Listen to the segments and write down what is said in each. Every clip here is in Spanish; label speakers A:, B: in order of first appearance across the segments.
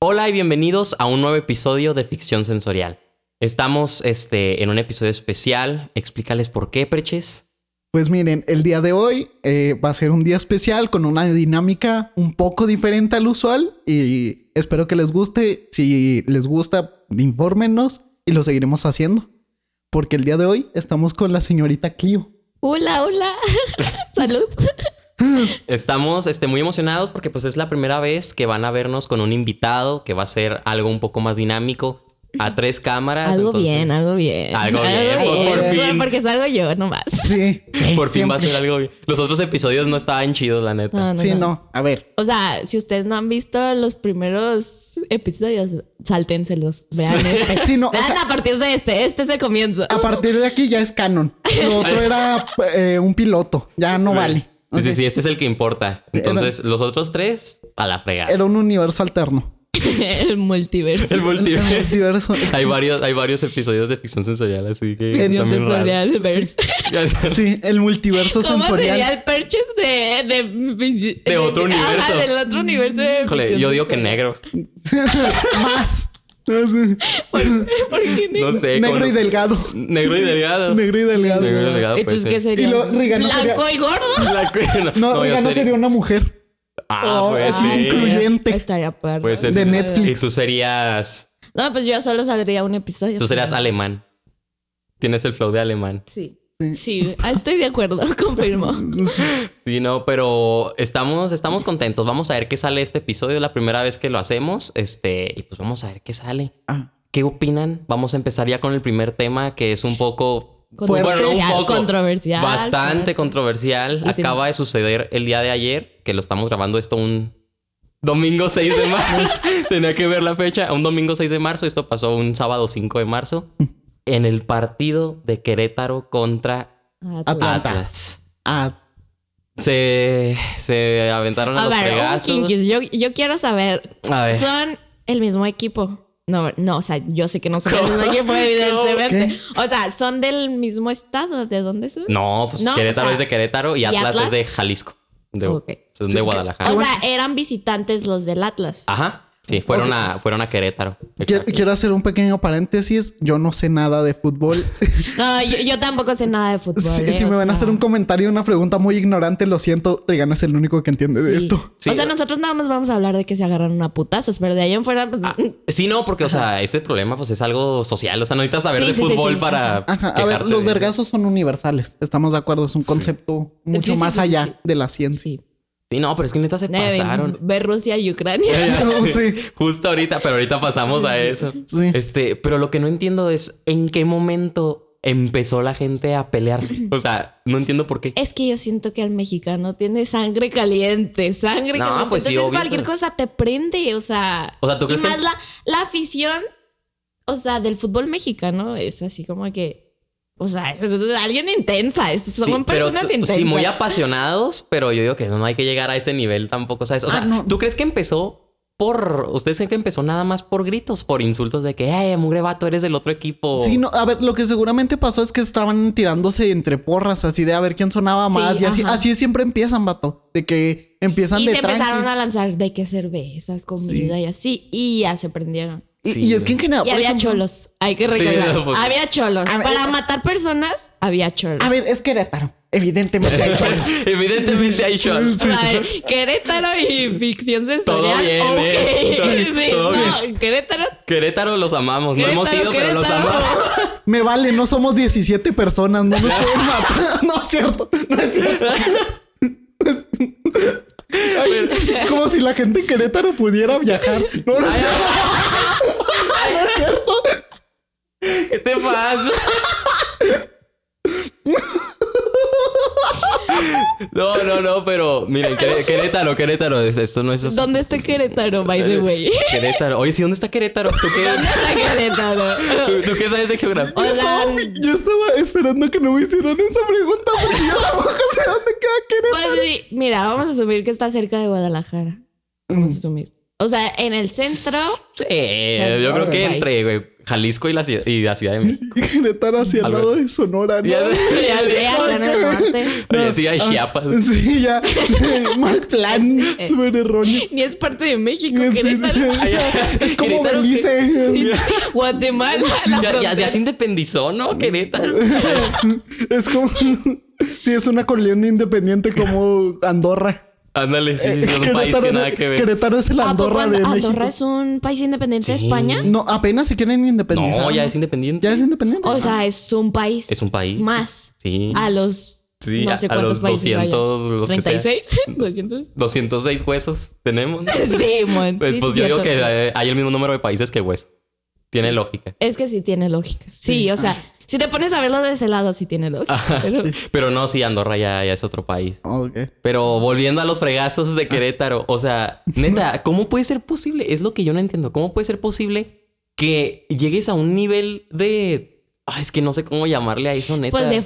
A: Hola y bienvenidos a un nuevo episodio de Ficción Sensorial. Estamos este, en un episodio especial. Explícales por qué, Preches.
B: Pues miren, el día de hoy eh, va a ser un día especial con una dinámica un poco diferente al usual y espero que les guste. Si les gusta, infórmenos y lo seguiremos haciendo. Porque el día de hoy estamos con la señorita Clio.
C: Hola, hola. Salud.
A: Estamos este, muy emocionados porque pues, es la primera vez que van a vernos con un invitado que va a ser algo un poco más dinámico a tres cámaras. Ah,
C: Algo
A: entonces-
C: bien, algo bien.
A: Algo bien, por- por fin.
C: Porque salgo yo nomás.
B: Sí,
A: Por fin va a
B: siempre.
A: ser algo bien. Los otros episodios no estaban chidos, la neta.
C: No, no,
B: Sí,
C: no.
B: no. A ver,
C: O sea, si ustedes no han visto los primeros episodios, salténselos. Vean este.
B: Sí, no, o
C: Vean
B: sea-
C: a partir de este. Este es el comienzo.
A: Ah.
B: a partir de aquí ya es canon. Lo otro era eh, un piloto. Ya no vale.
A: Sí, sí,
B: Ok.
A: sí, este es el que importa. Entonces, los otros tres, a la fregada.
B: Era un universo alterno.
C: el multiverso.
A: El multiverso.
B: El multiverso.
A: hay, varios, hay varios episodios de ficción sensorial, así que.
B: Ficción
A: está muy raro.
C: sensorial verse.
B: Sí, el multiverso
C: ¿Cómo sería
B: sensorial.
C: el perches de... De, de-
A: De otro
C: ajá,
A: universo.
C: del otro universo. de
A: Híjole,
C: ficción
A: yo digo que
C: sensorial.
A: negro.
B: Más. Así.
C: ¿Por, por qué
A: No
C: negro?
A: sé.
B: Ah, Negro
A: como-
B: y delgado.
A: Negro y delgado.
B: Negro y delgado.
A: Negro y delgado.
C: Entonces,
A: pues,
C: ¿qué
A: sí.
C: sería?
B: Y lo- Riga no sería-
C: ¿Blanco y gordo?
A: Blanco y-
B: No,
A: yo
B: Riga no sería una mujer.
A: Ah,
B: Oh,
A: pues
B: ah,
A: sí.
B: incluye- Incluyente.
C: Estaría perro.
A: Puede ser.
B: De Netflix.
A: Y tú serías.
C: No, pues yo solo saldría un episodio.
A: Tú serías
C: Alemán.
A: alemán. Tienes el flow de alemán.
C: Sí. Sí, ah, estoy de acuerdo, confirmo.
A: Sí, no, pero estamos, estamos contentos. Vamos a ver qué sale este episodio. Es la primera vez que lo hacemos. Este, y pues vamos a ver qué sale.
B: Ah,
A: ¿Qué opinan? Vamos a empezar ya con el primer tema, que es un poco.
C: Fuerte.
A: Bueno, no un
C: Controversial,
A: poco.
C: controversial,
A: Bastante
C: fuerte.
A: controversial.
C: Y si-
A: Acaba de suceder el día de ayer, que lo estamos grabando esto un domingo 6 de marzo. Tenía que ver la fecha. Un domingo 6 de marzo. Esto pasó un sábado 5 de marzo. En el partido de Querétaro contra
B: Atlanta.
A: Atlas.
B: ah,
A: Se, se aventaron a,
C: A
A: los
C: ver, un
A: fregazos. Eh.
C: Kinkis, yo, yo quiero saber,
A: A ver.
C: ¿son el mismo equipo? No, no, o sea, yo sé que no son el mismo equipo, evidentemente. O sea, ¿son del mismo estado? ¿De dónde son?
A: No, pues
C: No,
A: Querétaro
C: o sea,
A: es de Querétaro y
C: ¿y
A: Atlas,
C: Atlas?
A: es de Jalisco. De,
C: Ok.
A: Son de Guadalajara. Ah.
C: O sea, eran visitantes los del Atlas.
A: Ajá. Sí, fueron, a, fueron a Querétaro.
B: quiero,
A: Exacto.
B: quiero hacer un pequeño paréntesis. Yo no sé nada de fútbol.
C: No, yo, yo tampoco sé nada de fútbol.
B: si,
C: eh,
B: si
C: o
B: me van a
C: sea.
B: hacer un comentario, una pregunta muy ignorante, lo siento. Riga no es el único que entiende de
C: Sí.
B: esto.
A: Sí.
C: O sea, nosotros nada más vamos a hablar de que se agarraron a putazos, pero de ahí en fuera, pues,
A: Ah, sí, no, porque, o sea, este problema pues es algo social. O sea, no necesitas saber
C: Sí,
A: de
C: sí, sí,
A: fútbol
C: sí.
A: para.
B: Ajá, a ver,
A: quejarte
B: los
A: de-
B: vergazos son universales. Estamos de acuerdo, es un concepto mucho
C: Sí, sí,
B: más
C: sí, sí,
B: allá
C: sí.
B: de la ciencia.
C: sí.
A: Sí, no, pero es que neta se
C: Eh,
A: pasaron.
C: Ver Rusia y Ucrania.
B: No, Oh, sí.
A: Justo ahorita, pero ahorita pasamos a eso.
B: Sí.
A: Este, pero lo que no entiendo es en qué momento empezó la gente a pelearse. O sea, no entiendo por qué.
C: Es que yo siento que el mexicano tiene sangre caliente, sangre
A: No,
C: caliente.
A: pues sí,
C: Entonces
A: obvio,
C: cualquier
A: pero-
C: cosa te prende, o sea.
A: O sea, ¿tú
C: y
A: crees que-
C: más la, la afición, o sea, del fútbol mexicano es así como que. O sea, es, es alguien intensa, es- son
A: Sí, pero
C: personas
A: tú-
C: intensas.
A: Sí, muy apasionados, pero yo digo que no hay que llegar a ese nivel tampoco, ¿sabes? O sea,
B: Ah, no.
A: ¿tú crees que empezó por... ¿Ustedes creen que empezó nada más por gritos, por insultos de que, eh, mugre vato, eres del otro equipo?
B: Sí, no, a ver, lo que seguramente pasó es que estaban tirándose entre porras, así de a ver quién sonaba
C: Sí,
B: más. y así,
C: ajá.
B: así siempre empiezan, vato. De que empiezan
C: y
B: de
C: se empezaron
B: tranqui.
C: a lanzar de qué cervezas, comida y así, y ya se prendieron.
B: Y,
A: Sí,
B: y es que en general.
C: Y
B: por
C: había
B: ejemplo-
C: cholos, hay que
A: Sí,
C: recordar.
A: pues-
C: había cholos.
B: A ver,
C: Para
B: eh,
C: matar personas, había cholos.
B: A ver, es Querétaro. Evidentemente hay cholos.
A: Evidentemente hay shots.
C: O sea, eh, Querétaro y ficción sensorial.
A: Todo bien,
C: ok.
A: eh, todo-
C: Sí,
A: todo
C: no, Querétaro.
A: Querétaro los amamos. No hemos
C: Querétaro,
A: ido, pero los
C: Querétaro.
A: amamos.
B: Me vale, no somos 17 personas, no nos pueden matar. No es cierto, no es cierto. Ay, como si la gente en Querétaro pudiera viajar. No, no es cierto. No es cierto.
A: ¿Qué te pasa? No, no, no, pero miren, Quere- Querétaro, Querétaro, es- esto no es...
C: ¿Dónde está Querétaro, by the way?
A: Querétaro. Oye, sí, ¿dónde está Querétaro? ¿Tú
C: ¿Dónde
A: qué,
C: está Querétaro?
A: tú- tú qué sabes de geografía?
B: Yo
C: Hola.
B: estaba, yo estaba esperando que no me hicieran esa pregunta porque yo tampoco sé dónde queda Querétaro.
C: Pues sí, mira, vamos a asumir que está cerca de Guadalajara. Vamos a asumir. O sea, en el centro.
A: Sí,
C: sea,
A: yo creo que
C: right.
A: entre, güey, Jalisco y la, ciudad, y la Ciudad de México.
B: Querétaro hacia el
A: Algo
B: lado
A: así.
B: de Sonora, ¿no?
A: Ya- ya-
C: Sí,
A: ya-
C: acá en el norte.
A: Oye, sí, hay
B: Ah,
A: Chiapas. Eh,
B: Sí, ya. Mal plan. Súper erróneo.
C: Ni es parte de México,
B: Sí,
C: Querétaro.
B: Es como
A: Querétaro,
B: Belice.
C: Sí. Guatemala.
A: Ya,
C: la
A: ya- ya
C: frontera.
A: se independizó, ¿no? Querétaro.
B: Es como. Sí, es una colonia independiente como Andorra.
A: Ándale, sí, sí, es un país
B: Querétaro,
A: que nada que ver.
B: Querétaro es el
C: Ah, ¿A poco
B: Andorra
C: And-
B: de
C: pues, Andorra
B: México.
C: es un país independiente de
A: Sí.
C: España?
B: No, apenas se quieren independizar.
A: No, ya es independiente.
B: Ya es independiente.
C: O sea, es un país.
A: Es un país.
C: Más.
A: Sí.
C: A los.
A: Sí,
C: no
A: a-
C: sé
A: a
C: cuántos
A: los
C: países
A: 200,
C: vaya.
A: los que sea.
C: ¿36? ¿200?
A: 206 huesos tenemos. ¿no?
C: Sí, mon.
A: Pues,
C: sí,
A: pues
C: sí,
A: yo digo
C: cierto.
A: que eh, hay el mismo número de países que huesos. Tiene lógica.
C: Es que sí tiene lógica. Sí,
B: Sí.
C: o sea, si te pones a verlo de ese lado, sí tiene lógica. Pero-
A: Pero no, sí, Andorra ya, ya es otro país.
B: Ah, Ok.
A: Pero volviendo a los fregazos
C: Ah.
A: de Querétaro, o sea, neta, ¿cómo puede ser posible? Es lo que yo no entiendo. ¿Cómo puede ser posible que llegues a un nivel de. Ay, es que no sé cómo llamarle a eso, neta.
C: Pues de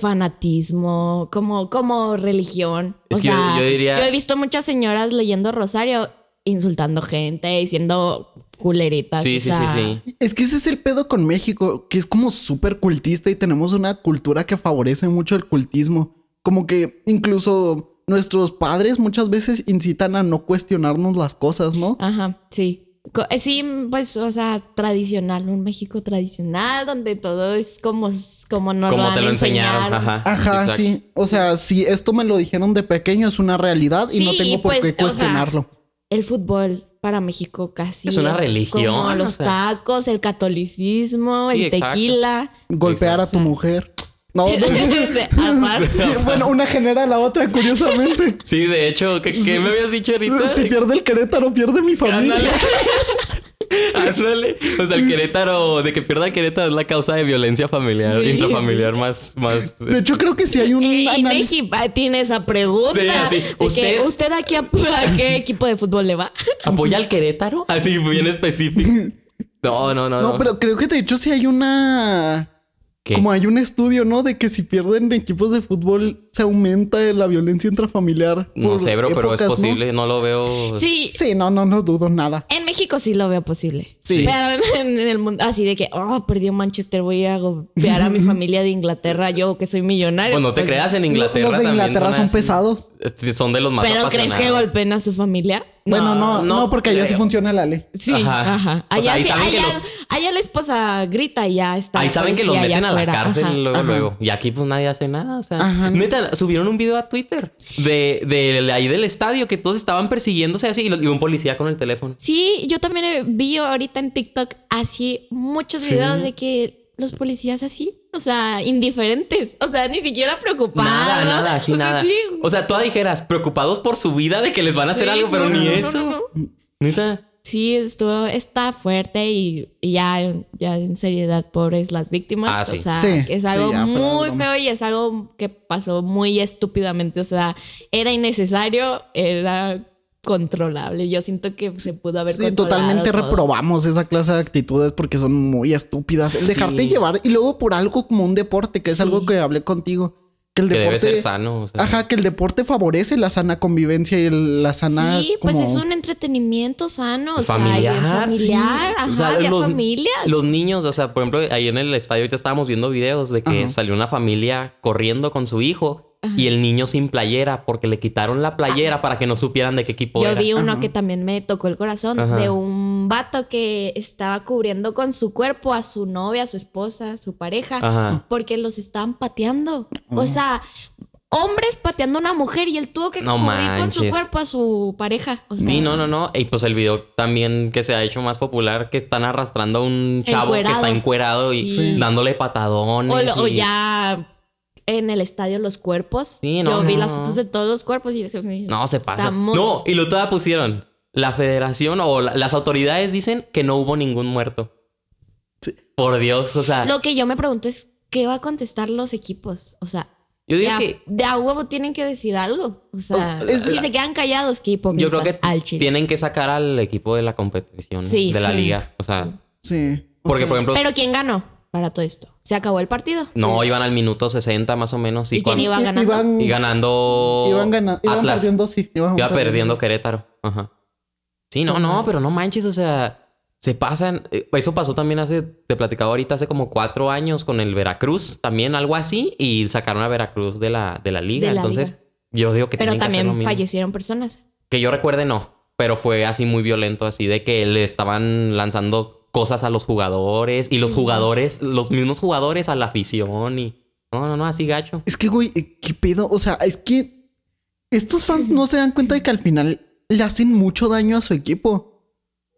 C: fanatismo, como, como religión.
A: Es
C: o
A: que yo-
C: sea,
A: yo diría-
C: he visto muchas señoras leyendo Rosario, insultando gente, diciendo culeritas.
A: Sí, sí,
C: o sea,
A: sí, sí.
B: Es que ese es el pedo con México, que es como súper cultista y tenemos una cultura que favorece mucho el cultismo. Como que incluso nuestros padres muchas veces incitan a no cuestionarnos las cosas, ¿no?
C: Ajá, sí. Co- eh, Sí, pues, o sea, tradicional, un México tradicional donde todo es como, como no
A: Como
C: han
A: te lo enseñaron.
C: enseñado.
A: Ajá.
B: Ajá,
A: Ah, exacto.
B: sí. O sea, si esto me lo dijeron de pequeño, es una realidad y no
C: Sí,
B: tengo por
C: pues, o
B: qué
C: sea,
B: cuestionarlo.
C: El fútbol para México casi
A: Es una religión,
C: Como
A: o
C: los
A: sea.
C: tacos, el catolicismo,
A: Sí,
C: el
A: exacto.
C: tequila.
B: Golpear a tu
C: Exacto.
B: mujer. No,
C: Aparte.
B: bueno, una genera a la otra, curiosamente.
A: Sí, de hecho, ¿qué, qué me habías dicho ahorita?
B: Si pierde el Querétaro, pierde mi
A: Ándale.
B: familia.
A: Ándale. O sea, el Querétaro, de que pierda el Querétaro es la causa de violencia familiar,
C: Sí,
A: intrafamiliar más, más. este,
B: De hecho, creo que si hay un
C: Eh, Y
B: análisis...
C: Neji va- tiene esa pregunta.
A: Sí, así,
C: de que, ¿Usted,
A: ¿usted-
C: aquí a, a qué equipo de fútbol le va?
A: ¿Apoya al Querétaro? Así, bien específico. No, no, no.
B: No, pero creo que de hecho sí hay una...
A: ¿Qué?
B: Como hay un estudio, ¿no? De que si pierden equipos de fútbol se aumenta la violencia intrafamiliar.
A: No
B: por
A: sé, bro, pero es
B: épocas, ¿no?
A: posible. No, lo veo.
C: Sí,
B: Sí, no, no, no dudo nada.
C: en México sí lo veo posible.
B: Sí.
C: Pero en, en el mundo, así de que, oh, perdió Manchester, voy a golpear a mi familia de Inglaterra, yo que soy millonario.
A: Pues no te
C: Pues,
A: creas, en Inglaterra
B: Los de
A: también
B: Inglaterra son
A: así.
B: pesados.
A: Este, Son de los más
C: ¿Pero crees que
A: apasionados.
C: golpeen a su familia?
B: bueno, no, no,
A: no
B: porque allá sí
A: creo.
B: funciona la ley.
C: Sí, ajá.
A: Ajá. O sea,
C: Allá,
A: ahí
C: sí,
A: saben que
C: allá-
A: los-
C: allá la esposa grita y ya está.
A: Ahí
C: la
A: saben que los
C: policía
A: meten
C: allá
A: a la
C: afuera.
A: cárcel
C: Ajá.
A: luego,
B: Ajá.
A: luego. Y aquí pues nadie hace nada. O sea,
B: Ajá.
A: neta, subieron un video a Twitter de, de, ahí del estadio que todos estaban persiguiéndose así y, lo- y un policía con el teléfono.
C: Sí, yo también eh, vi ahorita en TikTok así muchos videos de que los policías así, o sea, indiferentes, o sea, ni siquiera preocupados.
A: Nada, nada, así
C: o sea,
A: nada.
C: sí.
A: O sea, todas dijeras, preocupados por su vida de que les van a hacer
C: Sí,
A: algo, pero
C: no,
A: ni
C: no, no,
A: eso.
C: no, no.
A: Neta.
C: Sí, esto está fuerte y, y ya, ya en seriedad, pobres las víctimas.
A: Ah,
C: O
A: sí.
C: sea,
B: Sí,
C: que es
B: sí,
C: algo
B: ya, fuera de
C: muy
B: broma.
C: feo y es algo que pasó muy estúpidamente. O sea, era innecesario, era controlable. Yo siento que se pudo haber
B: Sí,
C: controlado
B: totalmente
C: todo.
B: reprobamos esa clase de actitudes porque son muy estúpidas. El dejarte
A: Sí.
B: llevar y luego por algo como un deporte, que es
C: Sí.
B: algo que hablé contigo. Que el
A: Que debe
B: deporte.
A: ser sano. o sea.
B: Ajá, que el deporte favorece la sana convivencia y el- la sana.
C: Sí, pues
B: como-
C: es un entretenimiento sano, o sea,
A: Familiar,
C: y familiar, ajá,
A: O sea,
C: de
A: los-
C: familias.
A: Los niños, o sea, por ejemplo, ahí en el estadio ahorita estábamos viendo videos de que
B: Ajá.
A: salió una familia corriendo con su hijo y el niño sin playera porque le quitaron la playera para que no supieran de qué equipo
C: Ah. Yo
A: era.
C: vi uno
B: Ajá.
C: que también me tocó el corazón
A: Ajá.
C: de un vato que estaba cubriendo con su cuerpo a su novia, a su esposa, a su pareja,
A: Ajá.
C: porque los estaban pateando. O
A: Mm.
B: Ujú.
C: sea, hombres pateando a una mujer y él tuvo que
A: No
C: cubrir con su
A: manches.
C: cuerpo a su pareja. O sea,
A: Sí, no, no, no. Y pues el video también que se ha hecho más popular, que están arrastrando a un chavo que
C: Encuerado.
A: está encuerado y
C: Sí.
A: dándole patadones.
C: O, lo- o
A: y-
C: ya en el estadio los cuerpos.
A: Sí, no,
C: Yo vi
A: no,
C: las
A: no.
C: fotos de todos los cuerpos y decía,
A: No, se pasa.
C: muy-
A: No, y lo todavía pusieron. La federación o la- las autoridades dicen que no hubo ningún muerto. Por Dios, o sea,
C: Lo que yo me pregunto es qué va a contestar los equipos. O sea,
A: yo digo
C: de, a,
A: que
C: de a huevo tienen que decir algo. O sea,
A: O sea, es-
C: si se quedan callados, qué
A: Yo
C: hipócritas.
A: creo que
C: al chile.
A: tienen que sacar al equipo de la competición,
C: Sí,
A: de la
C: sí.
A: liga. O sea,
B: Sí. o
A: porque
B: sea,
A: por ejemplo,
C: Pero ¿quién ganó para todo esto? ¿Se acabó el partido?
A: no iban al minuto 60 más o menos. Y,
C: ¿Y quién
A: cuan-
C: iba
B: i-
C: ganando.
B: Iban,
A: y ganando.
B: iban gana- iban
A: Atlas.
C: Ah,
B: perdiendo, sí. Iban
A: Iba perdiendo Querétaro. Ajá. Sí, no, no, pero no manches, o sea. se pasan. eh, Eso pasó también hace, te platicaba ahorita, hace como cuatro años con el Veracruz, también algo así, y sacaron a Veracruz de la, de la liga.
C: De la
A: Entonces,
C: liga.
A: yo digo que
C: Pero
A: tienen que hacer lo
C: también
A: mismo.
C: fallecieron personas.
A: Que yo recuerde, no. Pero fue así muy violento, así de que le estaban lanzando cosas a los jugadores y los
C: Sí, sí, sí.
A: jugadores, los mismos jugadores a la afición y. No, no, no, así gacho.
B: Es que, güey, eh, ¿qué pedo? O sea, es que estos fans no se dan cuenta de que al final le hacen mucho daño a su equipo.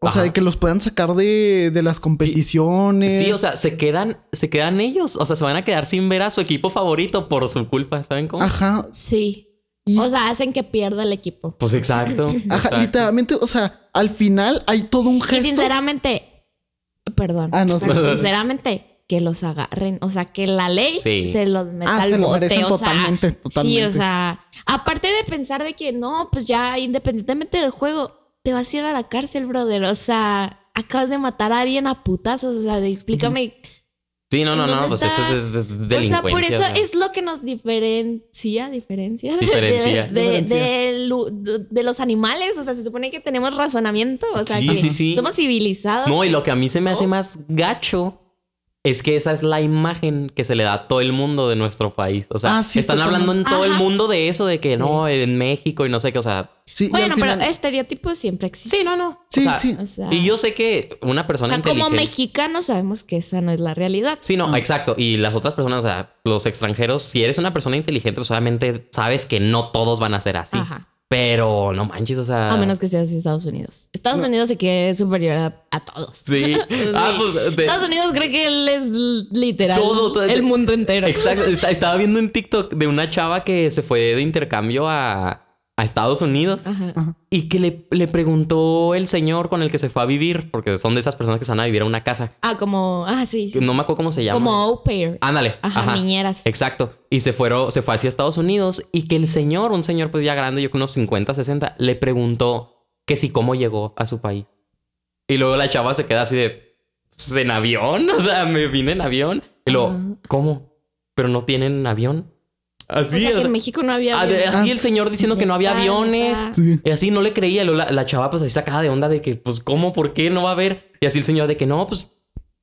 B: O sea,
A: Ajá.
B: de que los puedan sacar de, de las competiciones.
A: Sí, o sea, se quedan, se quedan ellos. O sea, se van a quedar sin ver a su equipo favorito por su culpa, ¿saben cómo?
B: Ajá.
C: Sí.
B: Y,
C: O sea, hacen que pierda el equipo.
A: Pues exacto.
B: ajá,
A: exacto.
B: literalmente, o sea, al final hay todo un
C: Y
B: gesto.
C: sinceramente, perdón.
B: Ah, no, sí.
C: pero sinceramente, que los agarren. O sea, que la ley
A: Sí.
C: se los meta
B: Ah,
C: al
B: se lo
C: bote.
B: merecen
C: o sea,
B: totalmente, totalmente.
C: Sí, o sea, aparte de pensar de que no, pues ya independientemente del juego, te vas a ir a la cárcel, brother. O sea, acabas de matar a alguien a putazos. O sea, de- explícame.
A: Sí, no, no,
C: ¿en
A: no,
C: dónde
A: pues
C: está?
A: eso es de- de-
C: O sea,
A: delincuencia.
C: por eso
A: o sea.
C: es lo que nos diferencia, diferencia, de-
A: Diferencia.
C: De, de-
B: Diferencia.
C: del- de- de los animales. O sea, se supone que tenemos razonamiento. O sea,
A: Sí,
C: que
A: sí, sí.
C: somos civilizados.
A: No, y lo que a mí se me hace
C: ¿No?
A: más gacho es que esa es la imagen que se le da a todo el mundo de nuestro país. O sea,
B: Ah, sí,
A: están hablando en todo el
C: Ajá.
A: mundo de eso, de que
C: Sí.
A: no, en México y no sé qué. O sea,
B: Sí, y
C: Bueno,
B: al final-
C: pero estereotipos siempre existen.
A: sí, no, no.
B: Sí,
A: O sea,
B: sí.
C: O sea,
A: Y yo sé que una
C: o
A: persona
C: sea, como
A: inteligente-
C: mexicanos sabemos que esa no es la realidad.
A: Sí, no,
B: Ah.
A: exacto. Y las otras personas, o sea, los extranjeros, si eres una persona inteligente, pues obviamente sabes que no todos van a ser así.
C: Ajá.
A: Pero no manches, o sea.
C: A menos que seas de Estados Unidos. Estados
B: No.
C: Unidos se cree superior a, a todos.
A: Sí. Ah, pues. de-
C: Estados Unidos cree que él es l- literal
A: Todo, todo-
C: el mundo entero.
A: Exacto. Está- estaba viendo un TikTok de una chava que se fue de intercambio a, a Estados Unidos
C: Ajá.
B: Ajá.
A: y que le, le preguntó el señor con el que se fue a vivir, porque son de esas personas que se van a vivir a una casa.
C: Ah, como, ah, sí, sí.
A: No me acuerdo cómo se llama.
C: como au pair.
A: Ándale.
C: Ajá,
A: ajá.
C: niñeras.
A: Exacto. Y se fueron, se fue hacia Estados Unidos y que el señor, un señor pues ya grande, yo con unos 50, 60, le preguntó que si cómo llegó a su país. Y luego la chava se queda así de, "Pues, ¿en avión? O sea, me vine en avión. Y luego,
C: Ajá.
A: ¿cómo? ¿Pero no tienen avión? Así,
C: o sea,
A: o
C: que
A: sea,
C: en México no había
A: ah, de-
C: aviones.
A: así el señor diciendo que no había
C: Neta,
A: aviones.
C: neta.
B: Sí.
A: Y así no le creía. Y luego La, la chava pues así sacada de onda de que, pues, ¿cómo? ¿Por qué? No va a haber. Y así el señor de que, no, pues,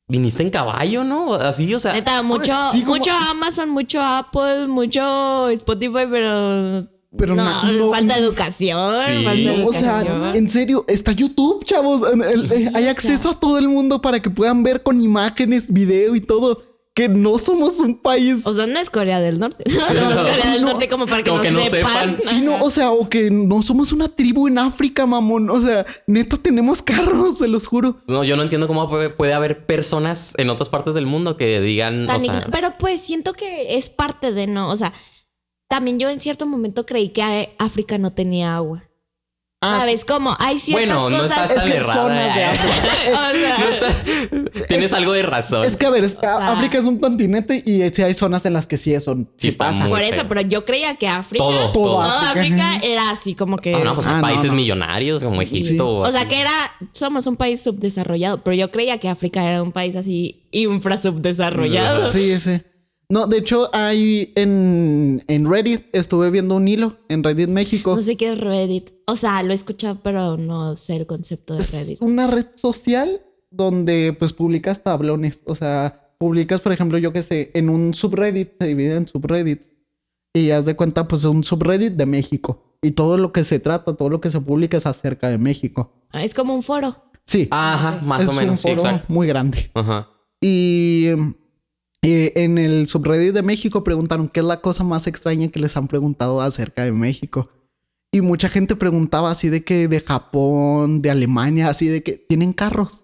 A: viniste en caballo, ¿no? Así, o sea...
C: Neta, mucho,
B: sí, como-
C: mucho Amazon, mucho Apple, mucho Spotify, pero.
B: Pero
C: no,
B: na- no-
C: falta educación.
A: Sí.
C: falta
A: Sí,
B: O sea,
C: educación.
B: en serio, está YouTube, chavos. En- el- eh,
C: o
B: hay
C: sea.
B: acceso a todo el mundo para que puedan ver con imágenes, video y todo. Que no somos un país.
C: O sea, no es Corea del Norte. No, es Corea
B: Sí,
C: del
B: no.
C: Norte como para que,
A: Como
C: no,
A: que no
C: sepan.
A: sepan.
B: Sí, no, o sea, o que no somos una tribu en África, mamón. O sea, neta, tenemos carros, se los juro.
A: No, yo no entiendo cómo puede, puede haber personas en otras partes del mundo que digan,
C: Tan
A: o sea,
C: igno- pero pues siento que es parte de no, o sea, también yo en cierto momento creí que eh, África no tenía agua.
B: Ah,
C: ¿Sabes cómo? Hay ciertas
A: bueno, no
C: cosas.
A: estás tan
B: Es que
A: errada.
B: zonas de
A: eh. No
C: o sea,
A: estás- Tienes algo de razón.
B: Es que, a ver, es-
C: sea.
B: África es un continente y eh, sí hay zonas en las que sí eso sí
A: está
B: pasa.
A: muy-
C: por eso,
A: feo.
C: pero yo creía que África,
A: Todo,
B: todo.
C: toda
B: África.
C: África era así como que
A: Ah, no, pues
B: Ah,
A: hay
B: no,
A: países
B: no.
A: millonarios como
B: Sí.
A: Egipto. o
C: o sea,
A: así.
C: que era somos un país subdesarrollado, pero yo creía que África era un país así infrasubdesarrollado.
B: Sí, sí. No, de hecho, hay en, en Reddit, estuve viendo un hilo en Reddit México.
C: No sé qué es Reddit. O sea, lo he escuchado, pero no sé el concepto de
B: es
C: Reddit.
B: una red social donde pues publicas tablones. O sea, publicas, por ejemplo, yo qué sé, en un subreddit, se divide en subreddits. Y haz de cuenta, pues, un subreddit de México. Y todo lo que se trata, todo lo que se publica es acerca de México.
C: Ah, Es como un foro.
B: Sí.
A: Ajá, Ah, más
B: es
A: o
B: un
A: menos, sí,
B: foro
A: exacto.
B: muy grande.
A: Ajá.
B: Y eh, en el subreddit de México preguntaron qué es la cosa más extraña que les han preguntado acerca de México. Y mucha gente preguntaba así de que de Japón, de Alemania, así de que tienen carros.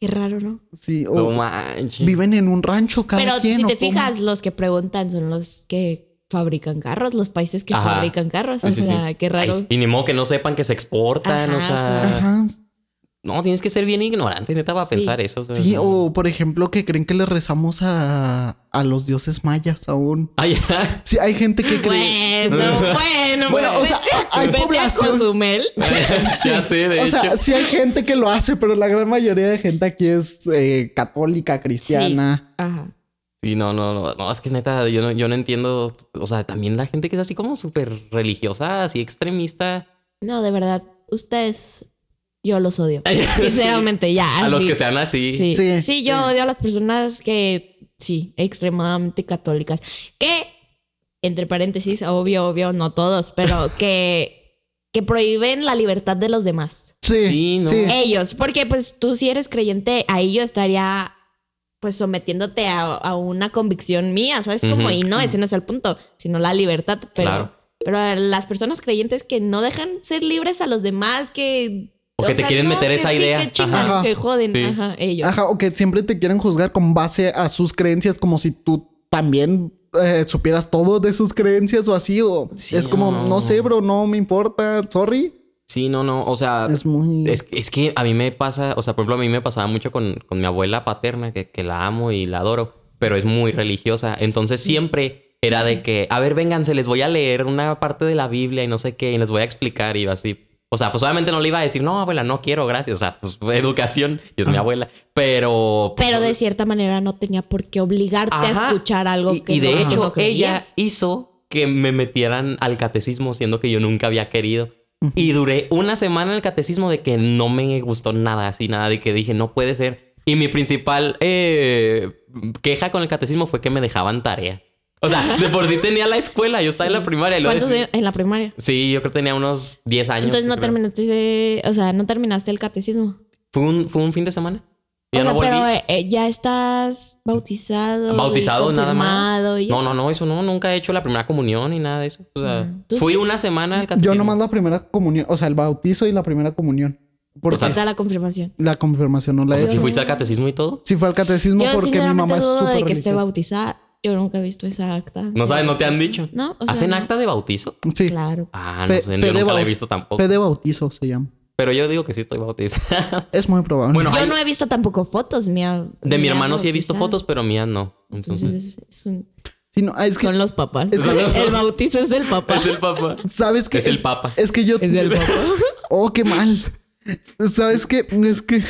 C: Qué raro, ¿no?
B: Sí, o
A: No manches.
B: viven en un rancho cada
C: Pero
B: quien,
C: si
B: ¿o
C: te
B: cómo?
C: fijas, los que preguntan son los que fabrican carros, los países que
A: Ajá.
C: fabrican carros.
A: Sí,
C: o
A: sí,
C: sea, qué
A: Ay,
C: raro.
A: y ni modo que no sepan que se exportan,
C: Ajá,
A: o sea.
B: Ajá.
A: No, tienes que ser bien ignorante, neta, para
C: Sí.
A: pensar eso. o sea,
B: Sí,
A: no.
B: o por ejemplo que creen que le rezamos a, a los dioses mayas aún.
A: Ay,
B: Sí, hay gente que cree...
C: Bueno, bueno,
B: Bueno, o sea, hay
C: vete a
B: población.
C: Cozumel.
A: ya sé, de
B: o
A: hecho.
B: sea, sí hay gente que lo hace, pero la gran mayoría de gente aquí es eh, católica, cristiana.
C: Ajá.
A: Sí, no, no, no, no, es que neta, yo no, yo no entiendo, o sea, también la gente que es así como súper religiosa, así extremista.
C: No, de verdad, ustedes yo los odio. Sinceramente, ya.
A: A los
C: así.
A: que sean así.
C: Sí,
B: Sí,
C: Sí, yo odio a las personas que, sí, extremadamente católicas. Que, entre paréntesis, obvio, obvio, no todos, pero que, que prohíben la libertad de los demás.
B: Sí,
A: Sí, ¿no?
B: sí.
C: Ellos, porque pues tú si eres creyente, ahí yo estaría pues sometiéndote a, a una convicción mía, ¿sabes? Como,
A: Ujú.
C: y no, ese no es el punto, sino la libertad. Pero,
A: Claro.
C: pero a las personas creyentes que no dejan ser libres a los demás, que...
A: O que te quieren meter
C: que
A: esa
C: sí,
A: idea.
C: que chingan,
B: Ajá.
C: que joden,
A: Sí.
C: ajá, ellos.
B: Ajá, o que siempre te quieren juzgar con base a sus creencias, como si tú también eh, supieras todo de sus creencias o así, o
A: Sí,
B: es como,
A: no.
B: no sé, bro, no me importa, sorry.
A: Sí, no, no. O sea,
B: Es muy...
A: Es, es que a mí me pasa, o sea, por ejemplo, a mí me pasaba mucho con, con mi abuela paterna, que, que la amo y la adoro, pero es muy religiosa. Entonces siempre era de que, a ver, vénganse, les voy a leer una parte de la Biblia y no sé qué, y les voy a explicar y así. O sea, pues obviamente no le iba a decir, no, abuela, no quiero, gracias. O sea, pues fue educación y es mi
B: Ah.
A: abuela. Pero... pues,
C: Pero de cierta manera no tenía por qué obligarte
A: Ajá.
C: a escuchar algo
A: y,
C: que
A: y de
C: no- que
A: hecho,
C: no
A: ella
C: creías.
A: hizo que me metieran al catecismo, siendo que yo nunca había querido. Y duré una semana en el catecismo de que no me gustó nada, así nada, de que dije, no puede ser. Y mi principal eh, queja con el catecismo fue que me dejaban tarea. O sea, de por sí tenía la escuela, yo estaba en la primaria. y luego
C: ¿Cuántos
A: decí-
C: años? En la primaria.
A: Sí, yo creo que tenía unos 10 años.
C: Entonces no
A: creo.
C: terminaste ese- o sea, no terminaste el catecismo.
A: Fue un, fue un fin de semana.
C: O
A: Ya
C: sea,
A: no volví.
C: pero eh, eh, ya estás bautizado. y
A: Bautizado nada más.
C: confirmado y
A: No,
C: eso.
A: no, no, eso no, nunca he hecho la primera comunión ni nada de eso. O sea,
C: Mm. Tú
A: fui
C: sí.
A: una semana al catecismo.
B: Yo nomás la primera comunión, o sea, el bautizo y la primera comunión. Porque
A: O sea,
C: Falta la confirmación.
B: la confirmación no
A: O
B: la
A: sea,
B: he
A: si
B: hecho.
A: fuiste al catecismo y todo.
B: Sí fue al catecismo
C: Yo
B: porque mi
C: sinceramente
B: mamá es
C: dudo de
B: súper
C: que esté
B: religiosa.
C: bautizada. Yo nunca he visto esa acta.
A: No sabes, no te han dicho.
C: No. o sea,
A: ¿Hacen
C: no.
A: acta de bautizo?
B: Sí,
C: Claro.
A: Ah, no
B: Fe-
A: sé,
B: fe
A: yo
B: de
A: nunca la he
B: bau-
A: visto tampoco.
B: fe de bautizo se llama.
A: Pero yo digo que sí estoy bautizada.
B: Es muy probable.
A: Bueno,
C: Yo
A: hay-
C: no he visto tampoco fotos mía.
A: De mi
C: mía
A: hermano sí he visto
C: bautizada.
A: fotos, pero mía no. Entonces,
C: Entonces, es un-
B: Sí, no, ah, es que,
C: son los papás.
B: Es-
C: el bautizo es del papá.
A: es el papá.
B: ¿sabes qué?
A: Es el papa.
B: Es que yo...
C: Es del papá.
B: Oh, qué mal. ¿Sabes qué? Es que...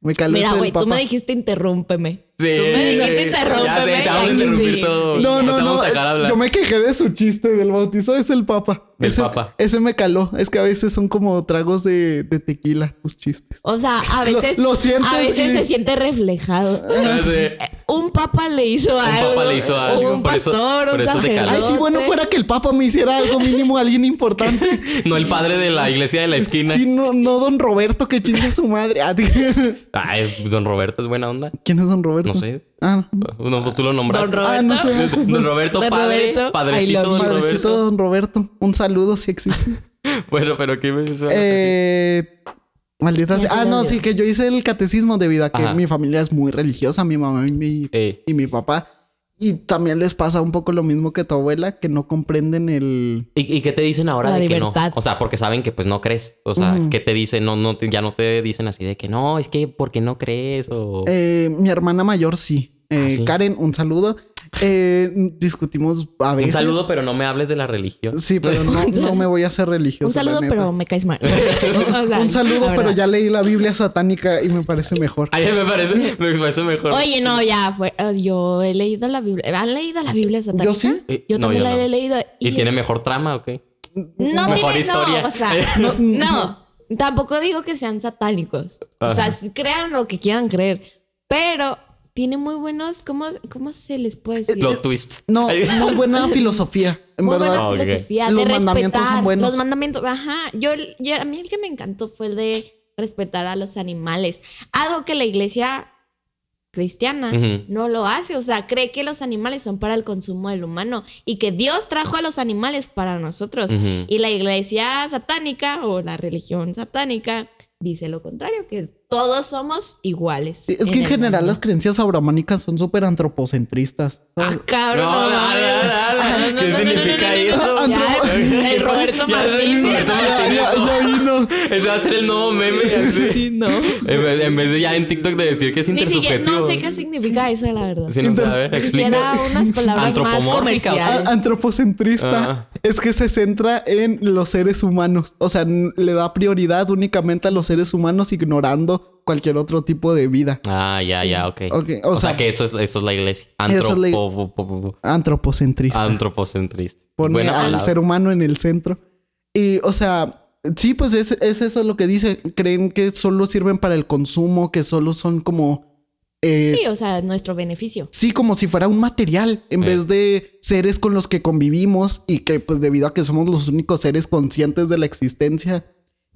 B: Me calé
C: Mira,
B: el
C: güey, tú
B: papá.
C: me dijiste interrúmpeme.
A: Sí.
C: Tú me dijiste
A: Ya sé,
C: interrúmpeme.
A: te vamos a
C: Aquí
A: interrumpir
C: sí,
A: todo.
C: sí.
B: No,
A: Ya
B: no,
A: te vamos
B: no. eh,
A: a dejar hablar.
B: Yo me quejé de su chiste del bautizo. Es el papa.
A: Del
B: ese,
A: papa.
B: Ese me caló. Es que a veces son como tragos de, de tequila tus chistes.
C: O sea, a
B: Lo-
C: veces,
B: lo siento,
C: a veces
B: sí.
C: se siente reflejado.
A: Ya sé.
C: Eh, Un papa le hizo algo.
A: papa le hizo algo,
C: Un
A: por eso-
C: pastor,
A: por
C: un
A: eso te caló.
B: Ay,
C: sacerdote.
B: si bueno fuera que el papa me hiciera algo mínimo, alguien importante.
A: No el padre de la iglesia de la esquina.
B: Si no, no don Roberto que chinga a su madre. Ah, ¿Quién
A: Ay, don Roberto es buena onda.
B: es don Roberto?
A: No sé.
B: Ah,
A: No, pues tú lo nombraste.
C: Don Roberto.
B: ah, no sé. no sé.
A: Don Roberto,
C: Don
A: padre,
C: Roberto. I
A: padrecito
C: love
A: don
B: Padrecito
A: Roberto.
B: don Roberto. Un saludo si existe.
A: Bueno, pero ¿qué me dices?
B: Eh, maldita
C: Ya
B: sea.
C: se
B: Ah,
C: me
B: no,
C: olvidó.
B: sí, que yo hice el catecismo debido a que
A: Ajá.
B: mi familia es muy religiosa, mi mamá y mi,
A: Eh,
B: y mi papá. Y también les pasa un poco lo mismo que tu abuela, que no comprenden el...
A: ¿Y, y qué te dicen ahora
C: La
A: de que
C: libertad.
A: no? O sea, porque saben que pues no crees. O sea,
B: Ujú.
A: ¿qué te dicen? No, no, te- ya no te dicen así de que no, es que porque no crees o...
B: Eh, mi hermana mayor sí. Eh,
A: Ah, sí.
B: Karen, un saludo. Eh, discutimos a
A: Un
B: veces.
A: saludo, pero no me hables de la religión.
B: Sí, pero no, no me voy a hacer religioso.
C: Un
B: la
C: saludo,
B: neta.
C: pero me caes mal. O sea,
B: Un saludo,
C: la
B: pero
C: verdad.
B: ya leí la Biblia satánica y me parece mejor.
A: Ay, me parece, me parece mejor.
C: Oye, no, ya fue. eh, Yo he leído la Biblia. ¿Han leído la Biblia satánica?
B: Yo sí.
A: Eh,
C: Yo
A: no,
C: también
A: yo
C: la
A: no.
C: he leído.
A: ¿Y tiene mejor trama o qué?
C: No
A: Mejor
C: tiene,
A: historia.
C: no, o sea,
B: No,
C: no,
B: mm,
C: tampoco digo que sean satánicos. O sea,
A: Ajá.
C: s- crean lo que quieran creer, pero tiene muy buenos, ¿cómo, cómo se les puede decir?
A: Plot twist.
B: No,
A: Ay,
B: muy buena filosofía, en
C: muy
B: verdad.
C: buena
A: Ok.
C: filosofía
B: Los
C: de
B: mandamientos
C: respetar
B: son buenos.
C: los mandamientos. Ajá, yo, yo- a mí el que me encantó fue el de respetar a los animales, algo que la iglesia cristiana
A: Ujú.
C: no lo hace, o sea, cree que los animales son para el consumo del humano y que Dios trajo a los animales para nosotros.
A: Ujú.
C: Y la iglesia satánica o la religión satánica dice lo contrario, que todos somos iguales.
B: Sí, es que en
C: el
B: general las
C: mundo.
B: creencias abramánicas son súper antropocentristas.
C: Ah, cabrón.
A: No,
C: no,
A: no,
C: mames.
A: no, no, no,
C: Ah,
A: no, ¿qué
C: no, no,
A: significa
C: no, no, no, no,
B: eso?
C: ya, el- El Roberto
A: Ya sé,
C: Martínez.
A: Roberto
B: Ya, ya, ya vino.
A: Ese va a ser el nuevo meme. así.
C: Sí, no.
A: En, vez, en vez de ya en TikTok de decir que es
C: Ni siquiera,
A: intersubjetivo.
C: no sé qué significa eso, la verdad.
A: Si no
B: Inter-
A: sabe,
C: Quisiera
A: explica.
C: unas palabras más
A: Antropomórfica.
B: Ah,
C: comerciales.
B: antropocentrista
A: Ah.
B: es que se centra en los seres humanos. O sea, n- le da prioridad únicamente a los seres humanos ignorando cualquier otro tipo de vida.
A: Ah, ya, ya, ok.
B: Ok, o
A: o, sea,
B: sea,
A: que eso es, eso es la iglesia.
B: Eso es la-
A: Antropo... Ah,
B: Antropocentrista.
A: Antropocentrista.
B: Pone
A: Buena
B: al
A: palabra.
B: ser humano en el centro. Y, o sea, Sí, pues es, es eso lo que dicen. Creen que solo sirven para el consumo, que solo son como. eh,
C: Sí, o sea, nuestro beneficio.
B: Sí, como si fuera un material, en
A: Eh.
B: vez de seres con los que convivimos y que pues debido a que somos los únicos seres conscientes de la existencia,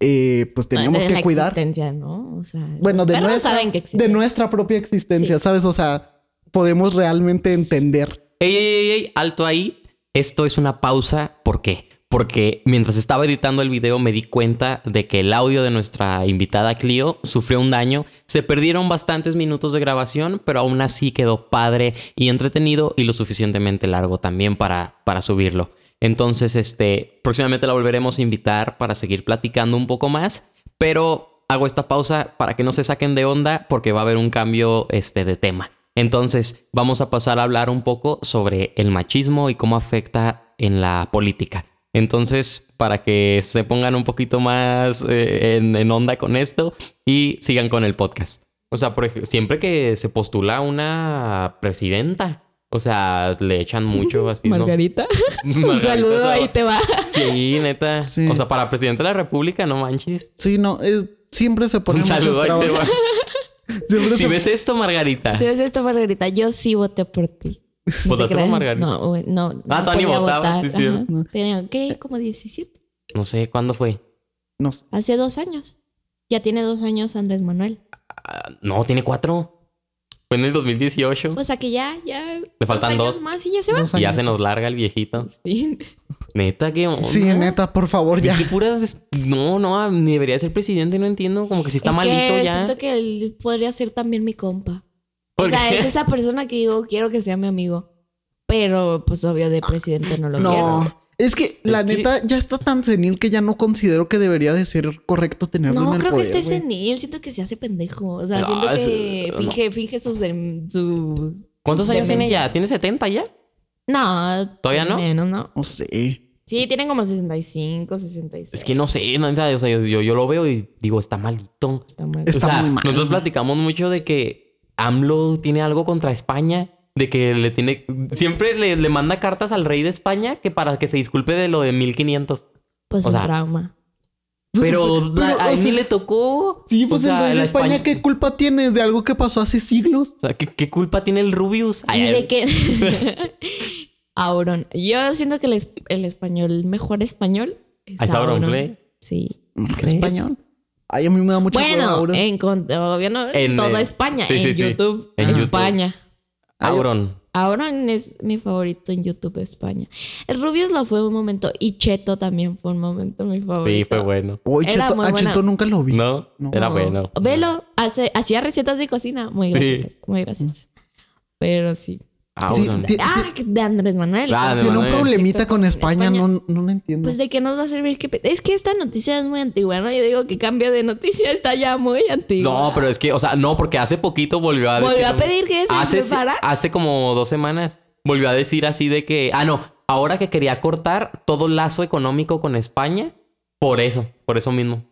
B: eh, pues tenemos
C: de
B: que
C: la
B: cuidar.
C: existencia, ¿no? O sea,
B: Bueno,
C: los
B: de
C: perros
B: nuestra,
C: saben
B: de
C: que existen.
B: nuestra propia existencia, ¿sabes? O sea, podemos realmente entender.
A: Ey, ey, ey, ey, alto ahí. Esto es una pausa. ¿Por qué? Porque mientras estaba editando el video me di cuenta de que el audio de nuestra invitada Clio sufrió un daño. Se perdieron bastantes minutos de grabación, pero aún así quedó padre y entretenido y lo suficientemente largo también para, para subirlo. Entonces, este, próximamente la volveremos a invitar para seguir platicando un poco más, pero hago esta pausa para que no se saquen de onda porque va a haber un cambio este, de tema. Entonces, vamos a pasar a hablar un poco sobre el machismo y cómo afecta en la política. Entonces, para que se pongan un poquito más eh, en, en onda con esto y sigan con el podcast. O sea, por ejemplo, siempre que se postula una presidenta, o sea, le echan mucho así. ¿no?
C: Margarita, un
A: Margarita
C: saludo,
A: Zavala.
C: ahí te va.
A: Sí, neta.
B: Sí.
A: O sea, para presidente de la República, no manches.
B: Sí, no, es- siempre se ponen
A: Un
B: muchos
A: saludo. ahí te
B: trabas.
A: va.
B: Siempre
A: Si
B: se-
A: ves esto, Margarita.
C: Si ves esto, Margarita, yo sí voté por ti. No te
A: ¿Votaste por
C: creas.
A: Margarita?
C: No, güey, no.
A: Ah,
C: no
A: tú ni
C: podía
A: votabas, sí,
C: votar,
A: cierto.
C: ajá. Tenía, ¿qué? Como 17.
A: No sé, ¿cuándo fue?
B: No sé.
C: Hace dos años. Ya tiene dos años Andrés Manuel.
A: Ah, no, tiene cuatro. Fue en el 2018.
C: O sea que ya, ya.
A: Le faltan
C: años
A: dos.
C: más y ya se va.
B: Dos
A: y ya
B: años.
A: se nos larga el viejito. Neta, que...
B: Sí, neta, por favor, ya.
A: No, no, ni debería ser presidente, no entiendo. Como que si está
C: es
A: malito
C: que
A: ya.
C: siento que él podría ser también mi compa. O
A: ¿Por
C: sea,
A: qué?
C: es esa persona que digo, quiero que sea mi amigo. Pero, pues, obvio, de presidente no lo quiero.
B: No. Es que la
A: Es que-
B: neta ya está tan senil que ya no considero que debería de ser correcto tenerlo en
C: No,
B: el
C: creo que
B: poder,
C: esté
B: güey.
C: senil. Siento que se hace pendejo. O sea,
A: No,
C: siento
A: es-
C: que
A: no.
C: finge, finge sus, dem- sus...
A: ¿Cuántos años tiene
C: Demencia.
A: ya? ¿Tiene 70 ya?
C: No.
A: ¿Todavía no?
C: Menos, no.
B: No sé.
C: Sí, tienen como 65, 66.
A: Es que no sé, neta, o sea, yo, yo, yo lo veo y digo, está malito.
C: Está mal.
B: Está
A: o sea,
B: muy mal.
A: Nosotros platicamos mucho de que AMLO tiene algo contra España, de que le tiene. Siempre le, le manda cartas al rey de España que para que se disculpe de lo de 1500.
C: Pues
A: o
C: un
A: sea,
C: trauma.
A: Pero,
B: Pues, Pero,
A: a- a
B: o
A: él
B: sea,
A: ni le tocó.
B: Sí, pues
A: O sea,
B: el rey de
A: la
B: España, ¿qué culpa tiene de algo que pasó hace siglos?
A: O sea, ¿qué, qué culpa tiene el Rubius? Ay,
C: ¿Y
A: ay,
C: de qué? Auron. Yo siento que el, es- el español, mejor español. Es
A: ¿Ah, es Auron Play?
C: Sí. ¿Crees?
B: Español. Ay, a mí me da mucha hueva
C: Bueno, eh,
B: ahora.
C: en, con- obvio no, en
A: En
C: toda
A: el-
C: España,
A: sí, sí,
C: en
A: sí.
C: YouTube,
A: En YouTube.
C: España.
A: Auron.
C: Auron es mi favorito en YouTube España. El Rubius lo fue un momento y Cheto también fue un momento mi favorito.
A: Sí, fue bueno.
B: Oye,
C: era
B: Cheto,
C: muy
B: a
C: buena.
B: Cheto nunca lo vi.
A: No,
B: No.
A: era
C: No.
A: bueno.
C: Velo, hace- hacía recetas de cocina muy
A: Sí. Mm.
C: graciosas, muy graciosas. Pero sí.
B: Sí,
A: Auron.
B: ti-
C: Ah, que- de Andrés Manuel.
A: Ah,
C: ¿cómo se
A: de
B: tiene
A: no,
B: un
A: no,
C: llama?
B: problemita con España,
C: España.
B: no, no lo entiendo.
C: Pues de qué nos va a servir que... Es que esta noticia es muy antigua, ¿no? Yo digo que cambio de noticia está ya muy antigua.
A: No, pero Ah, es que, o sea, no, porque hace poquito volvió a
C: Volvió
A: decir-
C: a pedir que se
A: hace,
C: disculpara.
A: hace como dos semanas volvió a decir así de que, ah, no, ahora que quería cortar todo lazo económico con España, por eso, por eso mismo.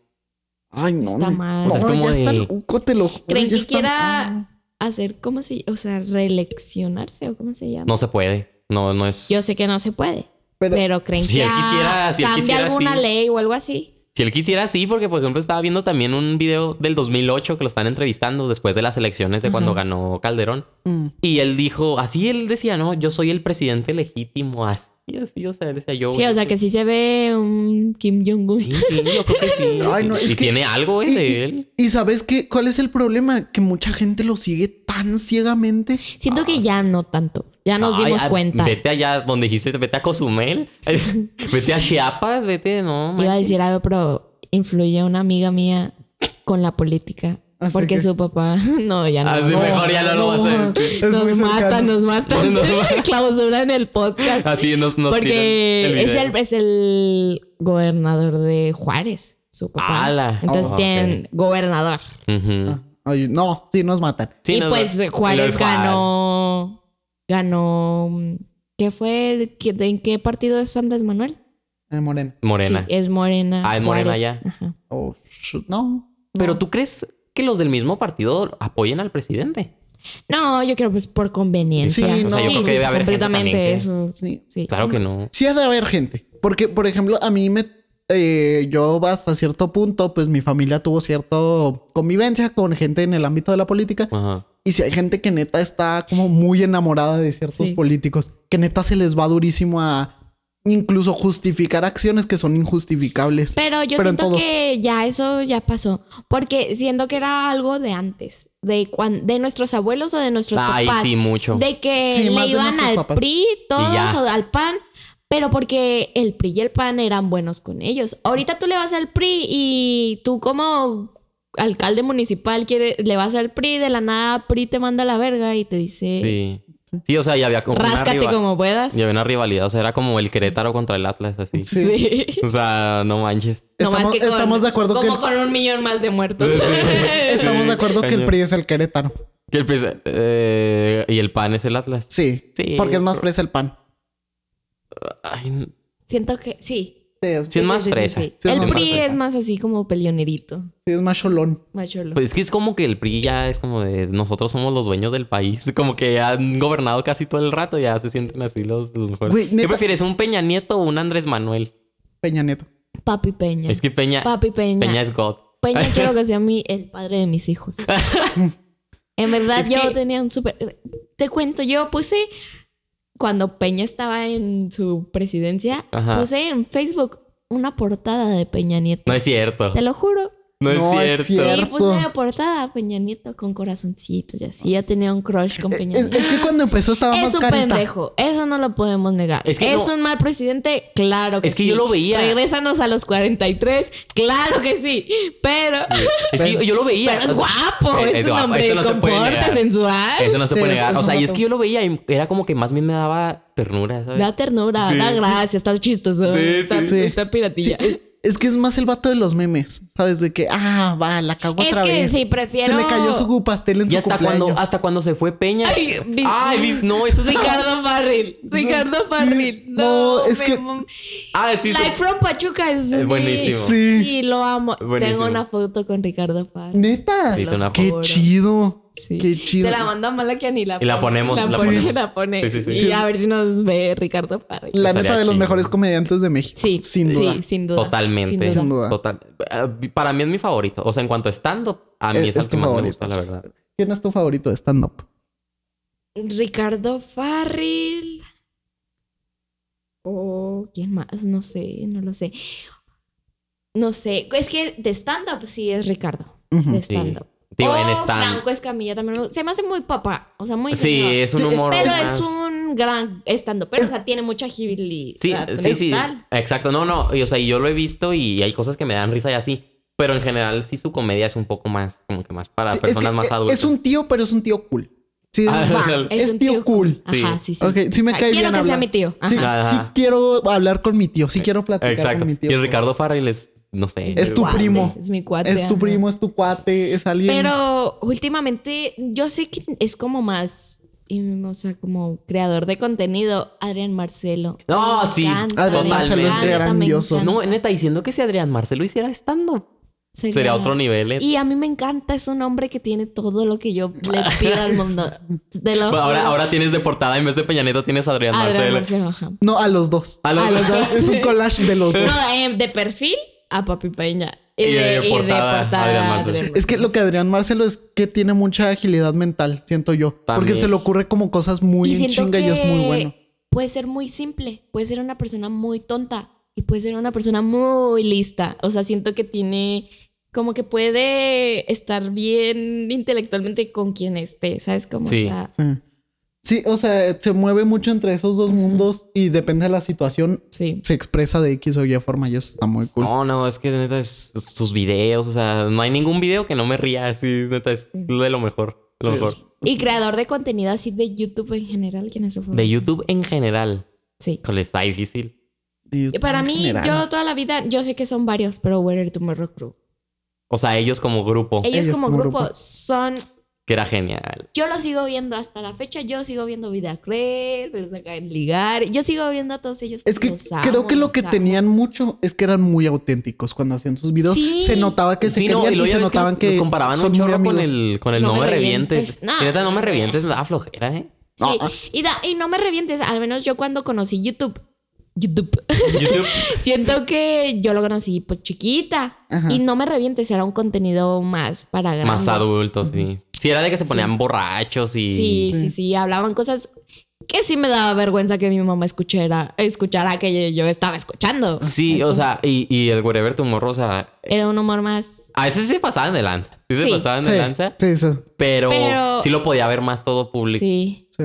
B: Ay, no.
C: Está
B: no.
C: mal.
B: No,
A: O sea, es como
B: ya está
A: de-
B: loco, te lo juro,
C: ¿Creen
B: ya
C: que
B: está-
C: quiera hacer, cómo se, o sea, reeleccionarse o cómo se llama?
A: No se puede, no, no es.
C: Yo sé que no se puede,
B: Pero-
C: pero, creen
A: Si
C: que
A: él quisiera-
C: ah,
A: si él
C: cambie
A: quisiera,
C: alguna
A: sí.
C: ley o algo así.
A: Si él quisiera, sí, porque por ejemplo estaba viendo también un video del 2008 que lo están entrevistando después de las elecciones de cuando
C: Ajá.
A: ganó Calderón.
B: Mm.
A: Y él dijo, así él decía, no, yo soy el presidente legítimo, así, así, o sea, él decía yo.
C: Sí, o sea, que sí se ve un Kim Jong-un.
A: Sí, sí, yo creo que sí.
B: Ay, no, es
A: y
B: que-
A: tiene algo, ¿eh?
B: Y,
A: De
B: y-
A: él.
B: y sabes qué? ¿Cuál es el problema? Que mucha gente lo sigue tan ciegamente.
C: Siento que ya no tanto. Ya nos
A: Ah, Ay, ah,
C: dimos
A: ay,
C: cuenta.
A: Vete allá donde dijiste, vete a Cozumel, vete a Chiapas, vete, no. Oh
C: Iba a
A: manches.
C: decir algo, pero influye una amiga mía con la política.
B: Así
C: porque
B: que-
C: su papá... No, ya no.
A: Ah, sí,
C: No.
A: mejor ya no lo vas a decir.
B: es muy
C: nos mata,
B: cercano.
C: nos mata.
A: Nos mata.
C: Clausuran el podcast.
A: Así nos, Ah, nos
C: Porque
A: tiran el
C: es,
A: video.
C: el, es el gobernador de Juárez, su papá.
A: ¡Hala!
C: Entonces
A: Oh,
C: tienen gobernador.
A: Ujú.
B: Ah, oye, no, sí, nos matan.
A: Sí,
C: y
A: nos-
C: pues eh,
A: lo de
C: Juárez
A: Juárez.
C: ganó. Ganó. mm, ¿Qué fue? ¿Qué- ¿En qué partido es Andrés Manuel?
B: Eh, Moreno.
A: Morena.
C: Sí, es Morena.
A: Ah, es Morena
C: Juárez.
A: ya.
C: Ajá.
B: Oh, shoot, no.
A: Pero tú crees que los del mismo partido apoyen al presidente.
C: No, yo creo pues por conveniencia.
B: Sí, O sea, no. yo creo que
A: debe haber gente
C: completamente
A: también que-
C: eso.
B: Sí.
C: Sí.
A: Claro que no.
B: Sí ha de haber gente. Porque, por ejemplo, a mí me eh, yo hasta cierto punto, pues mi familia tuvo cierta convivencia con gente en el ámbito de la política.
A: Ajá.
B: Y si hay gente que neta está como muy enamorada de ciertos
C: Sí.
B: políticos, que neta se les va durísimo a incluso justificar acciones que son injustificables.
C: Pero yo
B: Pero en
C: siento
B: todos.
C: que ya eso ya pasó. Porque siento que era algo de antes. De, cuan- de nuestros abuelos o de nuestros
A: Ay,
C: papás.
A: sí, mucho.
C: De que
B: Sí, más
C: le
B: de
C: iban
B: nuestros
C: al
B: papás.
C: PRI,
A: Y
C: todos,
A: ya.
C: o al PAN. Pero porque el PRI y el PAN eran buenos con ellos. Ahorita tú le vas al PRI y tú como alcalde municipal quiere, le vas al PRI, de la nada PRI te manda a la verga y te dice...
A: Sí. Sí, o sea, ya había como una
C: Ráscate
A: rival-
C: como puedas.
A: ya había una rivalidad. O sea, era como el Querétaro contra el Atlas, así.
B: Sí.
A: O sea, no manches.
C: No más
B: Estamos,
C: que con-
B: estamos de acuerdo que
C: como
B: el-
C: con un millón más de muertos.
B: estamos de acuerdo que el
A: Cañón.
B: PRI es el Querétaro.
A: Que el pres- eh, y el PAN es el Atlas.
B: Sí,
A: Sí.
B: porque es más fresa el pan.
A: Ay,
C: Siento que sí.
B: Sí, es,
A: Sí, es más fresa.
B: Sí, es
C: el
B: más
C: PRI
A: fresa.
C: es más así como peleonerito,
B: sí, es más cholón.
C: macholo.
A: Pues es que es como que el PRI ya es como de nosotros somos los dueños del país. Como que han gobernado casi todo el rato, ya se sienten así los, los mejores.
B: Güey,
A: ¿Qué
B: neta-
A: prefieres, un Peña Nieto o un Andrés Manuel?
B: Peña Nieto.
C: Papi Peña.
A: Es que Peña,
C: Papi Peña.
A: Peña
C: Peña,
A: es God.
C: quiero que sea mi, el padre de mis hijos. en verdad,
A: Es
C: yo
A: que-
C: tenía un súper... Te cuento, yo puse... Cuando Peña estaba en su presidencia,
A: Ajá.
C: puse en Facebook una portada de Peña Nieto.
A: No es cierto.
C: Te lo juro.
A: No es
B: No es
A: cierto.
B: cierto.
C: Sí, puse una portada a Peña Nieto con corazoncitos y así. Ya tenía un crush con Peña
B: Eh, Es,
C: Nieto.
B: es que cuando empezó estaba
C: Es
B: más
C: un
B: carita.
C: pendejo, eso no lo podemos negar.
A: Es
C: Es,
A: que no-
C: un mal presidente, claro que sí.
A: Es que yo lo veía.
C: Regrésanos a los 43, claro que sí. Pero,
A: Es que yo, yo lo veía.
C: pero es
A: o sea,
C: guapo,
A: eh,
C: es,
A: es
C: un
A: guapo,
C: hombre
A: eso no se puede
C: comporte
A: negar.
C: sensual.
A: Eso no se
B: Sí,
A: puede
B: es-
A: negar.
B: es
A: O sea,
B: un
A: y es
B: vato.
A: que yo lo veía y era como que más bien me daba ternura, ¿sabes?
C: Da ternura,
A: Sí.
C: da gracia, está chistoso,
A: Sí, sí,
C: está,
B: sí.
C: está piratilla.
B: Sí, es, es que es más el vato de los memes, ¿sabes? De que, ah, va, la cagó
C: Es
B: otra
C: que
B: vez.
C: sí, prefiero-
B: Se le cayó su pastel en
A: Y
B: su
A: hasta
B: cumpleaños.
A: cuando, hasta cuando se fue Peña.
C: Ay, vi-
A: Ay, Liz, no, eso es
C: Ricardo Farril, Ricardo Farril. No,
B: no, es
C: me
B: que-
C: mam-
A: Ah, sí.
C: Life
A: sí.
C: from Pachuca es,
A: Es
C: mi-
A: buenísimo.
B: Sí.
C: Sí, lo amo.
A: Buenísimo.
C: Tengo una foto con Ricardo Farril.
B: Neta.
A: Sí, una
B: Qué
C: juro.
B: chido.
C: Sí.
B: Qué chido.
C: Se la manda mala que ni la
A: Y la ponemos,
C: La,
A: la
C: pone,
A: ponemos.
C: la pone.
A: Sí, sí, sí.
C: Y
A: Sí.
C: a ver si nos ve Ricardo Farrell.
B: La
A: Estaría
B: neta de los
A: chido.
B: mejores comediantes de México.
C: sí,
B: Sin duda.
C: Sí, sin duda.
A: Totalmente.
B: Sin duda.
A: Total- Eh, Para mí es mi favorito. O sea, en cuanto a stand-up, a mí
B: Eh,
A: es, el
B: es
A: que
B: tu
A: más me
B: favorito.
A: gusta, la verdad.
B: ¿Quién es tu favorito de stand-up?
C: Ricardo Farrell. O quién más, no sé, no lo sé. No sé, es que de stand-up sí es Ricardo. De
B: Ujú.
A: Sí.
C: stand-up.
A: Digo,
C: O
A: en stand.
C: Oh, Franco Escamilla también. me- Se me hace muy papá. O sea, muy.
A: Sí,
C: señor.
A: es un humor.
C: Pero
A: más-
C: es un gran estando. Pero, o sea, tiene mucha agilidad.
A: Sí, sí, sí.
C: mental.
A: Exacto. No, no. Y, o sea, y yo lo he visto y hay cosas que me dan risa y así. Pero en general, sí, su comedia es un poco más, como que más para
B: Sí, es
A: personas
B: que
A: más
B: es-
A: adultas.
B: Es un tío, pero es un tío cool. Sí,
A: Ah,
B: va,
A: es un
B: es, tío, cool.
C: Ajá, sí, sí.
B: Ok, sí me
C: Ah,
B: cae
C: Quiero
B: bien
C: que sea
B: hablar.
C: mi tío. Ah,
B: Sí,
C: Ajá.
A: Ajá.
B: sí quiero hablar con mi tío. Sí quiero platicar
A: Exacto.
B: con mi tío.
A: Y el Ricardo Farrell es, no sé.
B: Es tu
C: cuate,
B: primo.
C: Es mi cuate.
B: Es tu
C: ajá.
B: primo, es tu cuate, es alguien.
C: Pero últimamente, yo sé que es como más. mm, O sea, como creador de contenido, Adrián Marcelo.
A: No, sí,
B: Adrián Marcelo es grandioso.
A: No,
C: No,
A: neta, diciendo que si Adrián Marcelo hiciera stand-up,
C: sería,
A: sería otro nivel. ¿eh?
C: Y a mí me encanta, es un hombre que tiene todo lo que yo le pido al mundo. De lo
A: Bueno, ahora,
C: juro.
A: ahora tienes de portada, en vez de Peña Nieto tienes a Adrián,
C: Adrián
A: Marcelo.
C: Marcelo, ajá.
B: No, a los dos.
A: A los-
C: A los dos.
B: Es un collage de los dos.
C: No, eh, de perfil a Papi Peña.
A: Y de portada, Adrián Marcelo.
B: Es que lo que Adrián Marcelo es que tiene mucha agilidad mental, siento yo.
A: También.
B: Porque se le ocurre como cosas muy
C: Y
B: en
C: siento
B: chinga y es muy
C: que
B: bueno.
C: Puede ser muy simple, puede ser una persona muy tonta y puede ser una persona muy lista. O sea, siento que tiene como que puede estar bien intelectualmente con quien esté, ¿sabes? Como
A: Sí.
C: está.
B: Sí. Sí, o sea, se mueve mucho entre esos dos mundos y depende de la situación,
C: Sí.
B: se expresa de X o Y forma y eso está muy cool.
A: No, no, es que neta es sus videos, o sea, no hay ningún video que no me ría así, neta es de lo mejor, lo
B: Sí,
A: mejor.
C: Y creador de contenido así de YouTube en general, ¿quién es su favorito?
A: De YouTube en general,
C: Sí.
A: híjole, está difícil.
B: Y-
C: Y Para
B: en
C: mí,
B: general.
C: yo toda la vida, yo sé que son varios, pero Weather Tomorrow Crew.
A: O sea, ellos como grupo,
C: Ellos,
B: Ellos
C: como,
B: como
C: grupo,
B: grupo.
C: son.
A: que era genial.
C: Yo lo sigo viendo hasta la fecha. Yo sigo viendo Vida Creer, los acá en Ligar. Yo sigo viendo a todos ellos.
B: Es que
C: Los amo,
B: creo que lo
C: los
B: que
C: amo.
B: tenían mucho es que eran muy auténticos cuando hacían sus videos.
C: Sí.
B: Se notaba que se
A: Sí, no,
B: querían
A: y
B: y,
A: luego ya
B: se
A: ves que
B: notaban
A: los,
B: que,
A: los comparaban un
B: son
A: chorro
B: muy
A: con
B: amigos.
A: el, con el no, me revientes.
C: no.
A: Y neta, no me
B: Ah,
A: revientes, me da flojera, ¿eh?
C: Sí, y, da- y no me revientes. Al menos yo cuando conocí YouTube, YouTube.
A: YouTube.
C: Siento que yo lo conocí pues chiquita
B: Ajá.
C: y no me revientes, era un contenido más para grandes.
A: Más adultos, sí. Sí, era de que se
C: Sí.
A: ponían borrachos y.
C: Sí, sí,
B: Sí.
C: sí, hablaban cosas que sí me daba vergüenza que mi mamá escuchara, escuchara que yo, yo estaba escuchando.
A: Sí,
C: Es
A: o
C: como-
A: sea, y, y el wherever tu morro, o sea,
C: Era un humor más...
A: a veces se pasaban de lanza. Sí, se
C: Sí.
A: pasaban
B: Sí,
A: de lanza,
B: sí, sí,
A: pero,
C: Pero-
A: sí lo podía ver más todo público.
C: Sí.
B: sí.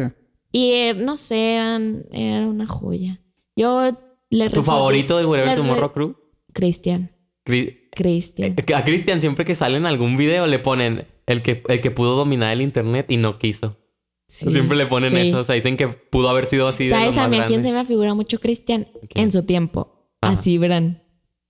C: Y eh, no sé, eran, era una joya. Yo le
A: ¿Tu
C: rezo-
A: favorito del wherever
C: le
A: tu
C: re-
A: morro crew?
C: Cristian.
A: Cri-
C: Cristian.
A: Eh, A Cristian siempre que sale en algún video le ponen el que, el que pudo dominar el internet y no quiso.
C: Sí,
A: siempre le ponen
C: sí.
A: eso. O sea, dicen que pudo haber sido así de lo
C: ¿Sabes a
A: más
C: mí a quién
A: grande.
C: se me figura mucho Cristian?
A: quién?
C: En su tiempo.
A: Ajá.
C: Así verán.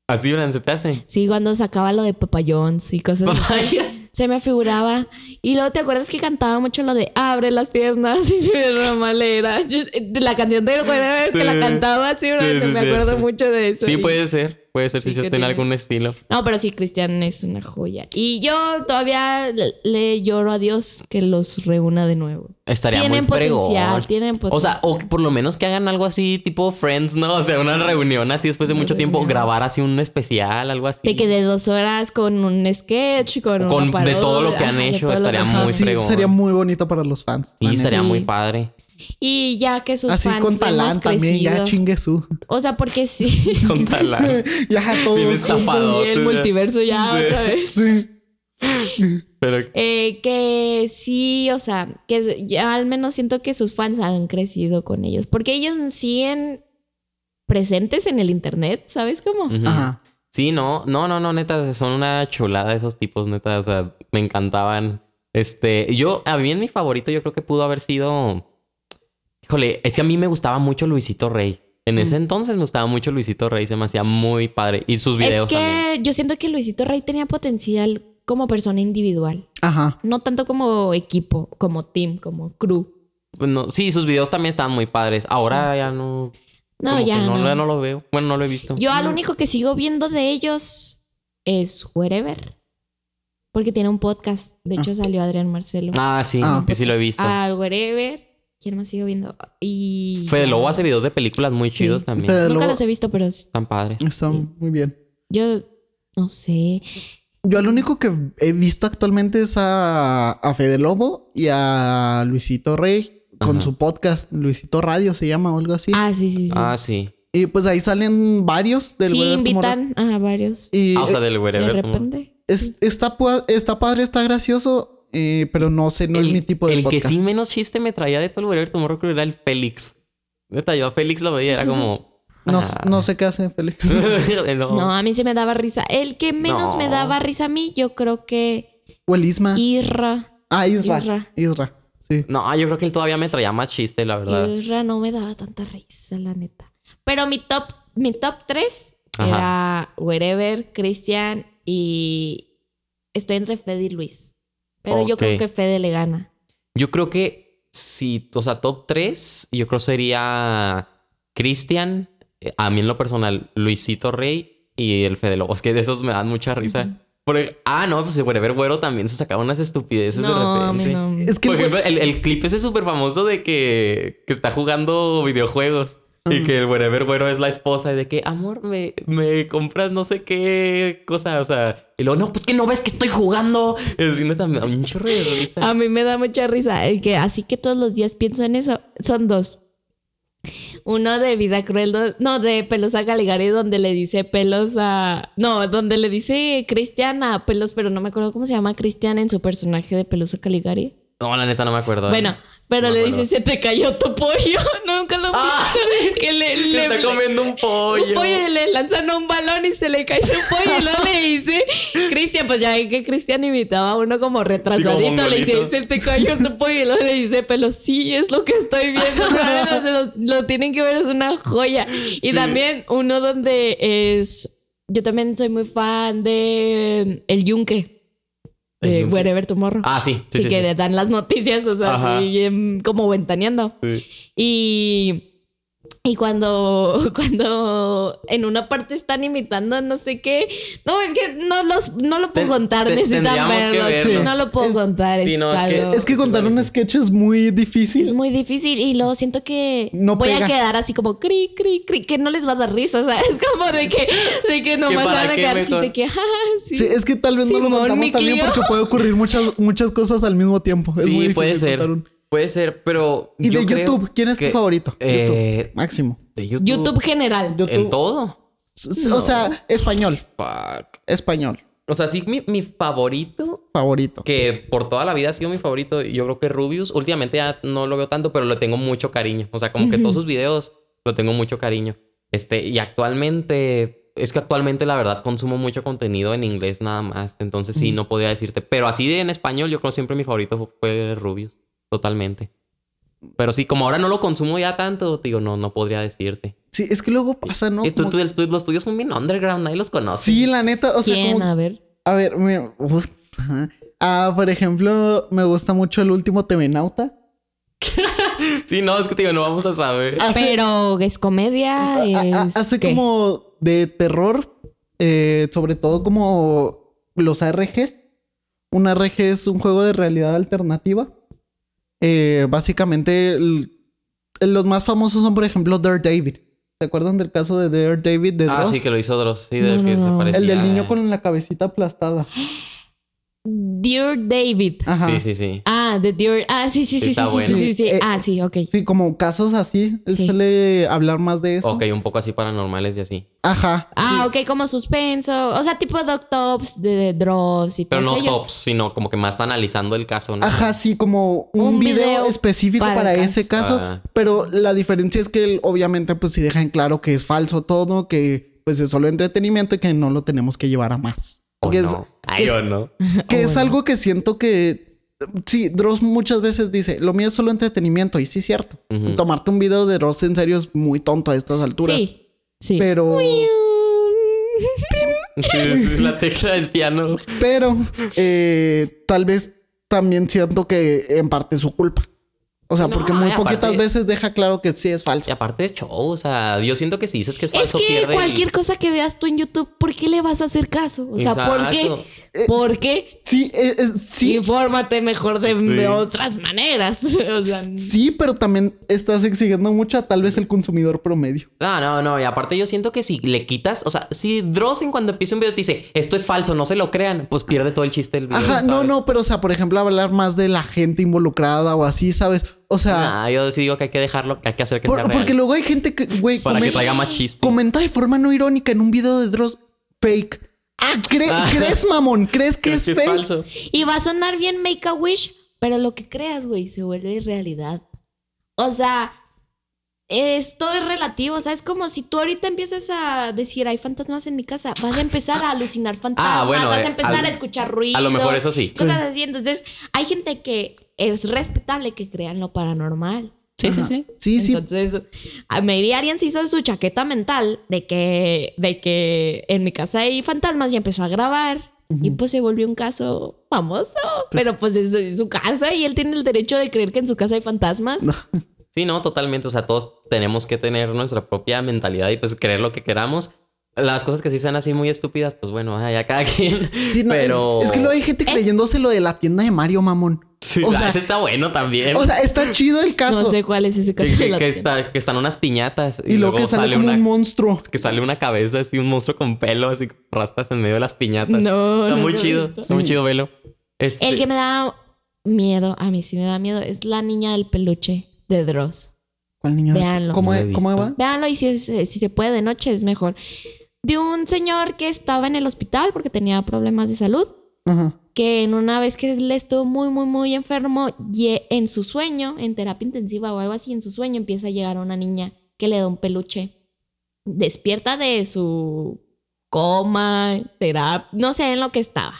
A: Así, Bran, se te hace.
C: Sí, cuando sacaba lo de Papa Jones y cosas así. Se me figuraba. Y luego te acuerdas que cantaba mucho lo de abre las piernas y de ramalera. Yo- de La canción del jueves
A: Sí.
C: que la cantaba así,
A: Sí, sí,
C: me
A: sí.
C: acuerdo mucho de eso.
A: Sí, pues,
C: Y-
A: puede ser. Puede ser
C: Sí,
A: si yo
C: que
A: tiene
C: tiene-
A: algún estilo.
C: No, pero sí, Cristian es una joya. Y yo todavía le- le lloro a Dios que los reúna de nuevo.
A: Estaría
C: tienen
A: muy fregón.
C: potencial, tienen
A: O
C: potencial.
A: sea, o que por lo menos que hagan algo así tipo Friends, ¿no? O sea, una reunión así después de
C: Una
A: mucho tiempo,
C: reunión.
A: grabar así un especial, algo así.
C: De que de dos horas con un sketch, con,
A: Con-
C: una
A: de todo lo que han
C: parodia, de
A: hecho,
C: todo lo
A: estaría
C: que-
A: Muy
B: Así
A: fregón.
B: sería muy bonito para los fans.
A: Y
B: la neta.
A: estaría
C: Sí.
A: muy padre.
C: Y ya que sus
B: Así
C: fans
B: Ah, con
C: hemos
B: Talán también, ya
C: crecido.
B: chingue su.
C: O sea, porque sí.
A: Con talán.
B: ya todos.
A: Bien estafado.
C: Y el multiverso ya
A: Sí.
C: otra vez.
B: Sí.
A: Pero
C: Eh, que sí, o sea, que s- ya al menos siento que sus fans han crecido con ellos. Porque ellos siguen presentes en el internet, ¿sabes cómo?
A: Ujú.
B: Ajá.
A: Sí, no, no, no, no, neta, son una chulada esos tipos, neta, o sea, me encantaban. Este, yo, a mí en mi favorito, yo creo que pudo haber sido. Híjole, es que a mí me gustaba mucho Luisito Rey. En ese entonces me gustaba mucho Luisito Rey, se me hacía muy padre. Y sus
C: Es
A: videos
C: que
A: también.
C: yo siento que Luisito Rey tenía potencial como persona individual.
B: Ajá.
C: No tanto como equipo, como team, como crew.
A: Bueno, sí, sus videos también estaban muy padres. Ahora ya no.
C: No,
A: como que
C: ya
A: no,
C: no.
A: ya no lo veo. Bueno, no lo he visto.
C: Yo al único que sigo viendo de ellos es Wherever. Porque tiene un podcast. De hecho, salió Adrián Marcelo.
A: Ah, sí,
B: Ah.
A: sí, sí lo he visto.
C: Al Wherever. ¿Quién más sigo viendo? Y.
A: Fede Lobo hace videos de películas muy chidos también.
B: Fede
C: Nunca
B: Lobo
C: los he visto, pero s-
A: Están padres.
B: Está
C: Sí.
B: muy bien.
C: yo no sé.
B: Yo lo único que he visto actualmente es a, a Fede Lobo y a Luisito Rey con
A: Ajá.
B: su podcast Luisito Radio se llama o algo así.
C: Ah, sí, sí, sí.
A: Ah, sí.
B: Y pues ahí salen varios del
C: sí,
B: Wherever Tomorrow.
C: invitan a varios.
B: Y
A: Ah, o sea,
B: eh,
A: del
C: De
A: Wherever Tomorrow.
C: repente.
B: es- está, pu- está padre, está gracioso, eh, pero no sé, no es mi tipo de
A: el
B: podcast.
A: que sí menos chiste me traía de todo el Wherever Tomorrow creo era el Félix. Neta, yo a Félix lo veía, era como...
B: no,
A: ah.
B: no sé qué hace Félix.
A: No.
C: No, a mí se me daba risa. El que menos
A: No.
C: me daba risa a mí, yo creo que
B: o el Isma.
C: Irra.
B: ah, Isra. Isra.
C: Isra.
B: Sí.
A: No, yo creo que él todavía me traía más chiste, la verdad.
C: Irra no me daba tanta risa, la neta. Pero mi top, mi top 3 era Wherever, Cristian y estoy entre Fede y Luis. Pero yo
A: Ok.
C: creo que Fede le gana.
A: Yo creo que si, o sea, top 3, yo creo sería Cristian, eh, a mí en lo personal, Luisito Rey y el Fede Lobo. Es que de esos me dan mucha risa.
C: Ujú.
A: Porque- ah, no, pues el Wherever Güero también se sacaba unas estupideces de
C: No, a
A: repente.
C: mí no.
B: Es que
A: Por
B: el-
A: ejemplo, el, el clip ese súper famoso de que, que está jugando videojuegos y
B: Ajá.
A: que el wherever güero es la esposa y de que, amor, me, me compras no sé qué cosa, o sea, y luego, no, pues que no ves que estoy jugando. Es y neta, me da un chorro de risa.
C: A mí me da mucha risa. el que así que todos los días pienso en eso. Son dos. Uno de Vida Cruel, do- no, de Pelos a Caligari, donde le dice Pelos a. No, donde le dice Cristian a Pelos, pero no me acuerdo cómo se llama Cristian en su personaje de Pelos a Caligari.
A: No, la neta no me acuerdo.
C: Bueno, pero
A: No me
C: le
A: acuerdo.
C: dice, se te cayó tu pollo. Nunca lo
A: Ah,
C: vi. que le,
A: Se
C: le-
A: está comiendo un pollo.
C: Un pollo y le lanzan un balón y se le cae su pollo. Y luego le dice, Cristian, pues ya ven que Cristian imitaba a uno como
A: Sí,
C: retrasadito.
A: como
C: le dice,
A: mongolito.
C: se te cayó tu pollo. Y luego le dice, pero sí, es lo que estoy viendo. ¿sabes? O sea, los- lo, tienen que ver, es una joya. Y
A: Sí.
C: también uno donde es. Yo también soy muy fan de eh, El Yunque.
A: El
C: De
A: Yunque.
C: Wherever Tomorrow.
A: Ah, sí, sí,
C: Sí,
A: sí.
C: que
A: sí.
C: le dan las noticias, o sea,
A: Ajá.
C: así bien como ventaneando.
A: Sí.
C: Y Y cuando, cuando en una parte están imitando no sé qué. No, es que no, los, no lo
A: Ten-
C: puedo contar.
A: te-
C: Necesitan
A: tendríamos que
C: verlo.
A: verlo.
C: Sí, No lo puedo
B: Es-
C: contar.
A: sí,
C: es,
A: no, es que-
C: algo-
B: Es que contar un sketch es muy difícil.
C: es muy difícil y luego siento que
B: No
C: voy
B: pega.
C: a quedar así como cri, cri, cri, que no les va a dar risa. O sea, es como de que, de que nomás
A: para
C: van a
A: qué
C: quedar así
A: mejor?
C: de que, "Ah, sí.
B: Sí, es que tal vez no lo
C: Simón,
B: contamos
C: mi
B: también
C: Clio.
B: porque puede ocurrir muchas, muchas cosas al mismo tiempo. Es muy
A: Sí,
B: difícil
A: puede ser.
B: contar un-
A: Puede ser, pero.
B: Y
A: yo
B: de
A: creo
B: YouTube, ¿quién es tu
A: que-
B: favorito?
A: eh,
B: YouTube. Máximo.
A: De YouTube.
C: YouTube general.
B: Yo-
A: En todo.
B: S- s- O sea, español.
A: Fuck.
B: Español.
A: O sea, sí, mi, mi favorito,
B: Favorito.
A: que por toda la vida ha sido mi favorito, yo creo que Rubius. Últimamente ya no lo veo tanto, pero le tengo mucho cariño. O sea, como que todos sus videos lo tengo mucho cariño. Este, y actualmente, es que actualmente la verdad consumo mucho contenido en inglés nada más. Entonces sí,
B: Ujú.
A: no podría decirte. Pero así de en español, yo creo siempre mi favorito fu- fue Rubius. Totalmente. Pero sí, como ahora no lo consumo ya tanto, te digo, no, no podría decirte.
B: Sí, es que luego pasa, ¿no?
A: Y tú-
B: Como-
A: tú- tú- los tuyos son bien underground, nadie los conoce.
B: Sí, la neta. O sea,
C: ¿Quién?
B: como-
C: A ver.
B: A ver, me... Uf, ajá. Ah, por ejemplo, me gusta mucho el último Temenauta.
A: Sí, no, es que te digo, no vamos a saber.
B: Hace,
C: Pero es comedia.
B: a- a-
C: es
B: hace
C: ¿qué?
B: como de terror, eh, sobre todo como los ARGs. Un ARG es un juego de realidad alternativa. Eh, básicamente, el- los más famosos son, por ejemplo, Dare David. ¿Se acuerdan del caso de Dare David de
A: Ah,
B: Dross?
A: sí, que lo hizo Dross. Sí, del
C: No,
A: que
C: no,
A: se
C: no.
A: parecía.
B: El del niño con la cabecita aplastada.
C: Dear David.
B: Ajá.
A: Sí, sí, sí.
C: Ah, de Dear. Ah, sí, sí, sí, sí,
A: Está
C: sí,
A: bueno.
C: sí, sí, sí.
B: Eh,
C: ah, sí, ok.
B: Sí, como casos así. Él
C: Sí.
B: suele hablar más de eso.
A: Ok, un poco así paranormales y así.
B: Ajá.
C: Ah, ok, como suspenso. O sea, tipo Doctops de, de Dross y
A: Pero
C: todos
A: no
C: ellos.
A: tops, sino como que más analizando el caso, ¿no?
B: Ajá, sí, como un,
C: Un
B: video,
C: video
B: específico para,
C: para el
B: ese caso.
A: Ah.
B: Pero la diferencia es que él, obviamente, pues sí deja en claro que es falso todo, que pues es solo entretenimiento y que no lo tenemos que llevar a más.
A: ¿O
B: Porque es-
A: no? Ay,
B: es-
A: o no.
B: que
C: Oh,
B: es
C: bueno.
B: algo que siento que. Sí, Dross muchas veces dice, lo mío es solo entretenimiento, y sí es cierto.
A: Ujú.
B: Tomarte un video de Dross en serio es muy tonto a estas alturas.
C: Sí, sí.
B: Pero,
A: Sí, sí, la tecla del piano.
B: pero, eh, tal vez también siento que en parte es su culpa. O sea,
A: No,
B: porque muy
A: y aparte-
B: poquitas veces deja claro que sí es falso.
A: Y aparte de show, o sea, yo siento que si dices que es
C: Es
A: falso,
C: que
A: pierde. el-
C: cualquier cosa que veas tú en YouTube, ¿por qué le vas a hacer caso? O sea, ¿por qué?
A: Exacto.
B: Eh,
C: ¿Por qué?
B: Sí, eh, eh, sí,
C: Infórmate mejor de, de
A: Sí.
C: otras maneras. O sea,
B: sí, pero también estás exigiendo mucho a tal vez el consumidor promedio.
A: No, no, no. Y aparte yo siento que si le quitas, o sea, si Dross en cuando empieza un video te dice, esto es falso, no se lo crean, pues pierde todo el chiste del video.
B: Ajá, no,
A: ¿sabes?
B: no, pero o sea, por ejemplo, hablar más de la gente involucrada o así, ¿sabes? O sea,
A: Nah, Ah, yo sí digo que hay que dejarlo, que hay que hacer que
B: por-
A: sea real.
B: porque luego hay gente que, güey,
A: Para que
B: comen-
A: traiga más chiste.
B: comenta de forma no irónica en un video de Dross fake. Ah, cre-
A: Ah.
B: ¿crees, mamón? ¿Crees que
A: ¿Crees
B: es fake?
C: Y va a sonar bien Make a Wish, pero lo que creas, güey, se vuelve realidad. O sea, esto es relativo, o sea, es como si tú ahorita empiezas a decir, hay fantasmas en mi casa, vas a empezar a alucinar fantasmas,
A: bueno,
C: vas
A: eh,
C: a empezar
A: al-
C: a escuchar ruidos.
A: A lo mejor eso sí.
C: Cosas así, entonces hay gente que es respetable que crean lo paranormal.
A: Sí, sí,
B: Ajá.
A: sí.
B: Sí, sí.
C: Entonces, a maybe Arian se hizo su chaqueta mental de que, de que en mi casa hay fantasmas y empezó a grabar. Y pues se volvió un caso famoso. pero pues es, es su casa y él tiene el derecho de creer que en su casa hay fantasmas.
B: No.
A: Sí, no, totalmente. O sea, todos tenemos que tener nuestra propia mentalidad y pues creer lo que queramos. Las cosas que sí sean así muy estúpidas, pues bueno, ah, ya cada quien.
B: Sí, no,
A: Pero.
B: Es que luego hay gente
C: Es-
B: creyéndose lo de la tienda de Mario, mamón.
A: Sí,
B: o
A: ah,
B: sea-
A: ese está bueno también.
B: O sea, está chido el caso.
C: No sé cuál es ese
A: que,
C: caso.
A: que-
C: de la
A: que
C: tienda.
A: está- que están unas piñatas
B: y, luego que sale, como
A: una.
B: un monstruo.
A: Que sale una cabeza así, un monstruo con pelo, así con rastas en medio de las piñatas.
C: No,
A: está
C: no
A: muy
C: lo he
A: chido.
C: visto.
A: Está muy
B: Sí.
A: chido, velo. Este,
C: El que me da miedo, a mí sí me da miedo, es la niña del peluche de Dross.
B: ¿Cuál niño?
C: Véanlo.
B: ¿Cómo,
A: No lo he
B: cómo
A: visto.
B: va?
C: Véanlo y si, es- si se puede de noche es mejor. De un señor que estaba en el hospital porque tenía problemas de salud,
B: Ajá.
C: que en una vez que él estuvo muy, muy, muy enfermo, ye- en su sueño, en terapia intensiva o algo así, en su sueño empieza a llegar una niña que le da un peluche. Despierta de su coma, terapia, no sé en lo que estaba.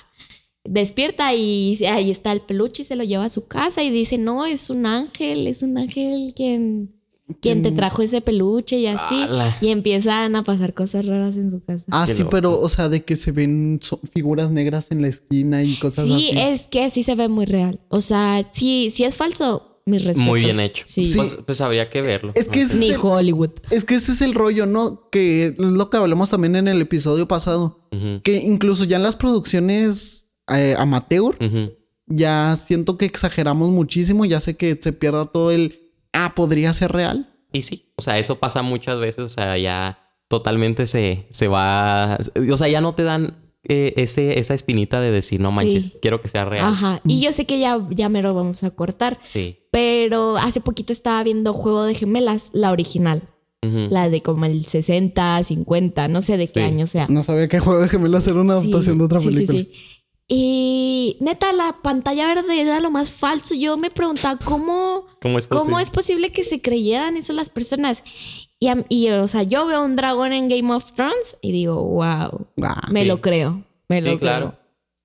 C: Despierta y se- ahí está el peluche y se lo lleva a su casa y dice, no, es un ángel, es un ángel quien, quien te
B: Mm.
C: trajo ese peluche y así.
A: ala.
C: Y empiezan a pasar cosas raras en su casa.
B: Ah,
A: Qué
B: sí,
A: loco.
B: pero, o sea, de que se ven so- figuras negras en la esquina y cosas
C: Sí,
B: así.
C: es que sí se ve muy real. O sea, sí, sí es falso. Mis respetos.
A: Muy bien hecho.
C: Sí.
B: Sí.
A: Pues, pues habría que verlo.
B: Es que
A: Ok.
B: es-
C: Ni Hollywood.
B: Es que ese es el rollo, ¿no? Que es lo que hablamos también en el episodio pasado.
A: Ujú,
B: Que incluso ya en las producciones eh, amateur,
A: ujú.
B: ya siento que exageramos muchísimo. Ya sé que se pierda todo el. Ah, podría ser real.
A: Y sí, o sea, eso pasa muchas veces, o sea, ya totalmente se, se va, o sea, ya no te dan eh, ese, esa espinita de decir, no manches,
C: Sí.
A: quiero que sea real.
C: Ajá.
B: Mm.
C: Y yo sé que ya, ya mero vamos a cortar.
A: Sí.
C: Pero hace poquito estaba viendo Juego de Gemelas, la original.
A: Ujú.
C: La de como el 60, 50, no sé de qué
A: Mm. Sí.
C: año sea.
B: No sabía que juego de gemelas era una
C: Sí,
B: adaptación de otra
C: sí, sí,
B: película.
C: sí. Y neta, la pantalla verde era lo más falso. Yo me preguntaba cómo,
A: ¿Cómo es posible?
C: cómo es posible que se creyeran eso las personas. Y, a- y, o sea, yo veo un dragón en Game of Thrones y digo, wow,
B: Ah,
C: me
A: sí.
C: lo creo. Me lo
A: Sí,
C: creo.
A: claro.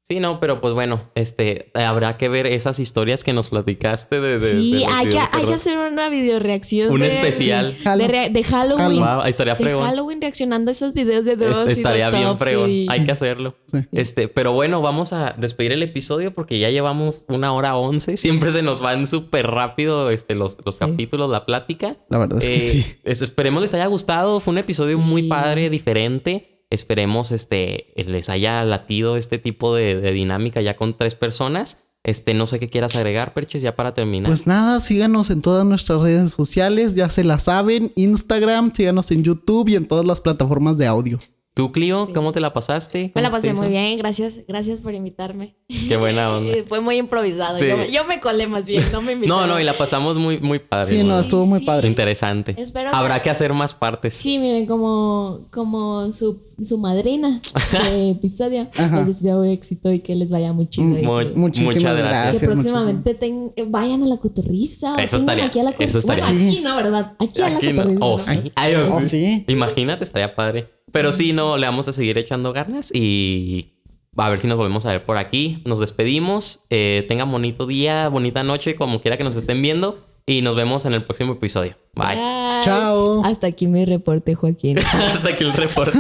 A: Sí, no, pero pues bueno, este, eh, habrá que ver esas historias que nos platicaste de... de- de
C: sí,
A: los
C: hay que,
A: videos de
C: hay que
A: terror.
C: hacer una videoreacción.
A: Un
C: de-
A: especial.
C: sí, De, rea- de Halloween.
A: Wow, estaría
C: De
A: fregón.
C: Halloween reaccionando a esos videos de
A: Es-
C: Dross. y
A: Este, estaría
C: de
A: bien
C: Top,
A: fregón.
C: sí.
A: Hay que hacerlo.
B: Sí.
A: Este, pero bueno, vamos a despedir el episodio porque ya llevamos una hora once. Siempre se nos van súper rápido este, los, los
C: Sí.
A: capítulos, la plática.
B: La verdad es que
A: Eh,
B: sí.
A: eso, esperemos les haya gustado. Fue un episodio muy
C: Sí.
A: padre, diferente. Esperemos este, les haya latido este tipo de, de dinámica ya con tres personas. Este, no sé qué quieras agregar, Perches, ya para terminar.
B: Pues nada, síganos en todas nuestras redes sociales, ya se la saben, Instagram, síganos en YouTube y en todas las plataformas de audio.
A: Tú, Clio,
C: sí.
A: ¿cómo te la pasaste?
C: Me la
A: ¿Cómo se
C: pasé
A: hizo?
C: muy bien, gracias, gracias por invitarme.
A: Qué buena onda.
C: Eh, Fue muy improvisado.
A: Sí.
C: Yo, yo me colé más bien, no
A: No,
C: me invitaron.
A: no, y la pasamos muy, muy padre.
B: Sí,
A: muy
B: no, estuvo muy
C: Sí.
B: padre.
A: Interesante.
C: Espero
A: Habrá que hacer más partes.
C: Sí, miren, como, como su, su madrina de episodio
B: Ajá.
C: les deseo éxito y que les vaya muy chido. y
A: Mu-
C: que-
B: Muchísimas
A: Muchas
B: gracias.
A: gracias.
C: que
B: muchísimas.
C: próximamente ten- eh, vayan a la cotorriza. o
A: Eso
C: vengan
A: estaría-
C: Aquí a la
A: eso estaría.
C: Bueno,
B: Sí.
C: aquí no, ¿verdad? Aquí a la
A: Aquí no.
C: cotorriza.
A: Oh,
C: ¿no?
A: sí. Ay, oh,
B: Oh,
A: sí.
B: sí.
A: Imagínate, estaría padre. Pero sí, no, le vamos a seguir echando ganas y a ver si nos volvemos a ver por aquí. Nos despedimos. Eh, tengan bonito día, bonita noche, como quiera que nos estén viendo. Y nos vemos en el próximo episodio. Bye.
C: Bye.
B: Chao.
C: Hasta aquí mi reporte, Joaquín.
A: Hasta aquí el reporte.